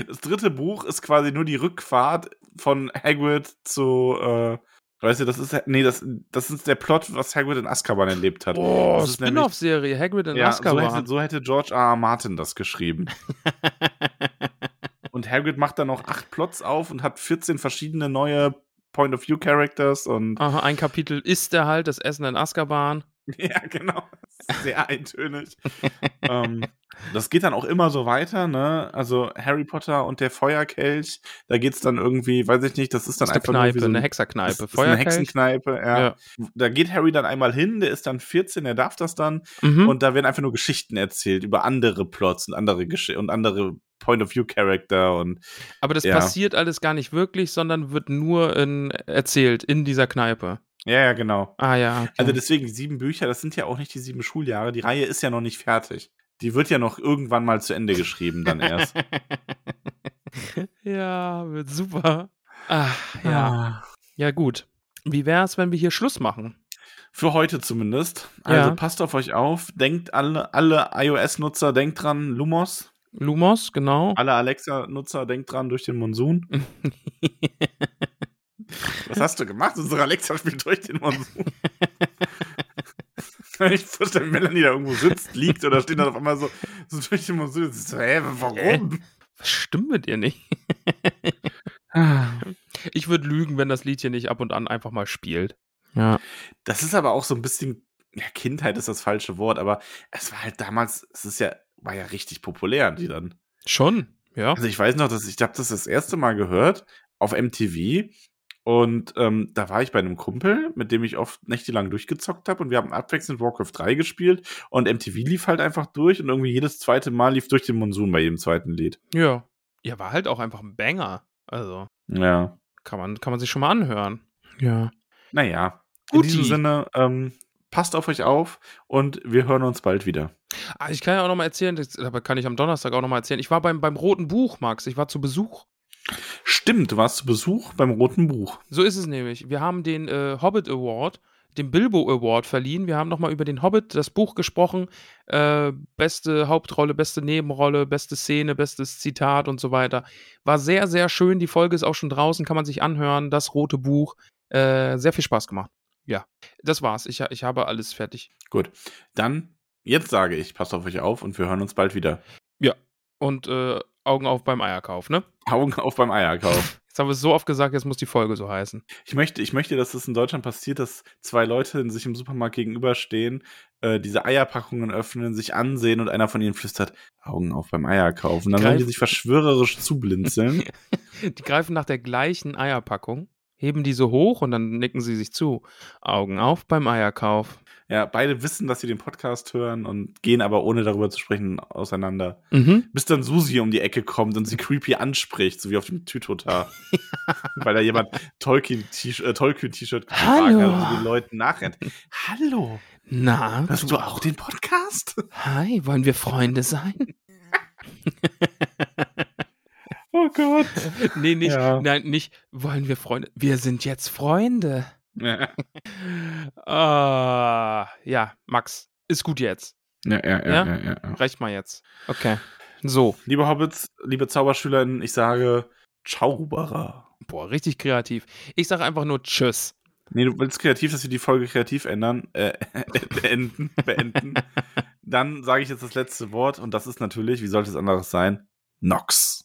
Das dritte Buch ist quasi nur die Rückfahrt von Hagrid zu, äh, weißt du, das ist, nee, das, das ist der Plot, was Hagrid in Azkaban erlebt hat.
Oh,
das ist nämlich-
Spin-off-Serie, Hagrid in
ja, so hätte,
Azkaban.
so hätte George R. R. Martin das geschrieben. und Hagrid macht dann noch acht Plots auf und hat 14 verschiedene neue Point-of-View-Characters und
Aha, ein Kapitel ist er halt, das Essen in Azkaban.
ja, genau. Das ist Sehr eintönig. ähm, das geht dann auch immer so weiter, ne? Also Harry Potter und der Feuerkelch, da geht's dann irgendwie, weiß ich nicht, das ist dann
Das ist eine
einfach nur
Kneipe,
wie so ein-
eine
Das
Hexerkneipe.
Ist eine
Feuerkelch.
Hexenkneipe, ja.
Ja.
Da geht Harry dann einmal hin, der ist dann 14, der darf das dann.
Mhm.
Und da werden einfach nur Geschichten erzählt über andere Plots und andere Gesch und andere Point-of-View-Charakter und
Aber das
ja.
passiert alles gar nicht wirklich, sondern wird nur in, erzählt in dieser Kneipe.
ja, ja, genau.
Ah ja. okay.
Also deswegen, die sieben Bücher, das sind ja auch nicht die sieben Schuljahre. Die Reihe ist ja noch nicht fertig. Die wird ja noch irgendwann mal zu Ende geschrieben, dann erst.
ja, wird super. Ah, ja. Ja, gut. Wie wär's, wenn wir hier Schluss machen?
Für heute zumindest. Also
Ja.
passt auf euch auf. Denkt alle, alle iOS-Nutzer, denkt dran, Lumos.
Lumos, genau.
Alle Alexa-Nutzer, denkt dran, durch den Monsun. Was hast du gemacht? Unsere Alexa spielt durch den Monsun. ich wusste, wie Melanie da irgendwo sitzt, liegt oder steht dann auf einmal so, so durch den Monsun. Das ist So, hä, warum?
Was stimmt mit ihr nicht? Ich würde lügen, wenn das Lied hier nicht ab und an einfach mal spielt. Ja.
Das ist aber auch so ein bisschen, ja, Kindheit ist das falsche Wort, aber es war halt damals, es ist ja, war ja richtig populär, die dann.
Schon, ja.
Also ich weiß noch, dass ich habe das das erste Mal gehört auf MTV und ähm, da war ich bei einem Kumpel, mit dem ich oft nächtelang durchgezockt habe und wir haben abwechselnd Warcraft 3 gespielt und MTV lief halt einfach durch und irgendwie jedes zweite Mal lief durch den Monsun bei jedem zweiten Lied.
Ja. Ja, war halt auch einfach ein Banger. Also,
Ja.
kann man, kann man sich schon mal anhören. Ja.
Naja.
Guti.
In diesem Sinne, ähm, passt auf euch auf und wir hören uns bald wieder.
Ah, ich kann ja auch nochmal erzählen, das, aber kann ich am Donnerstag auch nochmal erzählen. Ich war beim, beim Roten Buch, Max. Ich war zu Besuch.
Stimmt, du warst zu Besuch beim Roten Buch.
So ist es nämlich. Wir haben den äh, Hobbit Award, den Bilbo Award verliehen. Wir haben nochmal über den Hobbit, das Buch gesprochen. Äh, beste Hauptrolle, beste Nebenrolle, beste Szene, bestes Zitat und so weiter. War sehr, sehr schön. Die Folge ist auch schon draußen, kann man sich anhören. Das rote Buch. Äh, sehr viel Spaß gemacht. Ja, das war's. Ich, ha- ich habe alles fertig.
Dann, jetzt sage ich, passt auf euch auf und wir hören uns bald wieder.
Und äh, Augen auf beim Eierkauf, ne?
Augen auf beim Eierkauf.
Jetzt haben wir es so oft gesagt, jetzt muss die Folge so heißen.
Ich möchte, ich möchte, dass das in Deutschland passiert, dass zwei Leute sich im Supermarkt gegenüberstehen, äh, diese Eierpackungen öffnen, sich ansehen und einer von ihnen flüstert, Augen auf beim Eier kaufen. Dann
Greif-
werden die sich verschwörerisch zublinzeln.
Die greifen nach der gleichen Eierpackung, heben die so hoch und dann nicken sie sich zu. Augen auf beim Eierkauf.
ja, beide wissen, dass sie den Podcast hören und gehen aber ohne darüber zu sprechen auseinander.
Mhm.
Bis dann Susi um die Ecke kommt und sie creepy anspricht, so wie auf dem Tütotar. Weil da jemand Tolkien-T-Shirt äh, Tolkien getragen
Hallo.
hat und den Leuten nachrennt. Hallo,
Na,
hörst du auch den Podcast?
hi, wollen wir Freunde sein?
Oh Gott.
Nee, nicht,
Ja.
nein, nicht, wollen wir Freunde. Wir sind jetzt Freunde.
Ja,
Ah, ja, Max, ist gut jetzt.
ja, ja,
Ja?
ja, ja, ja.
Reicht mal jetzt. Okay. So.
Liebe Hobbits, liebe Zauberschülerinnen, ich sage Zauberer.
Boah, richtig kreativ. Ich sage einfach nur Tschüss.
Nee, du willst kreativ, dass wir die Folge kreativ ändern, äh, beenden, beenden. Dann sage ich jetzt das letzte Wort und das ist natürlich, wie sollte es anderes sein, Nox.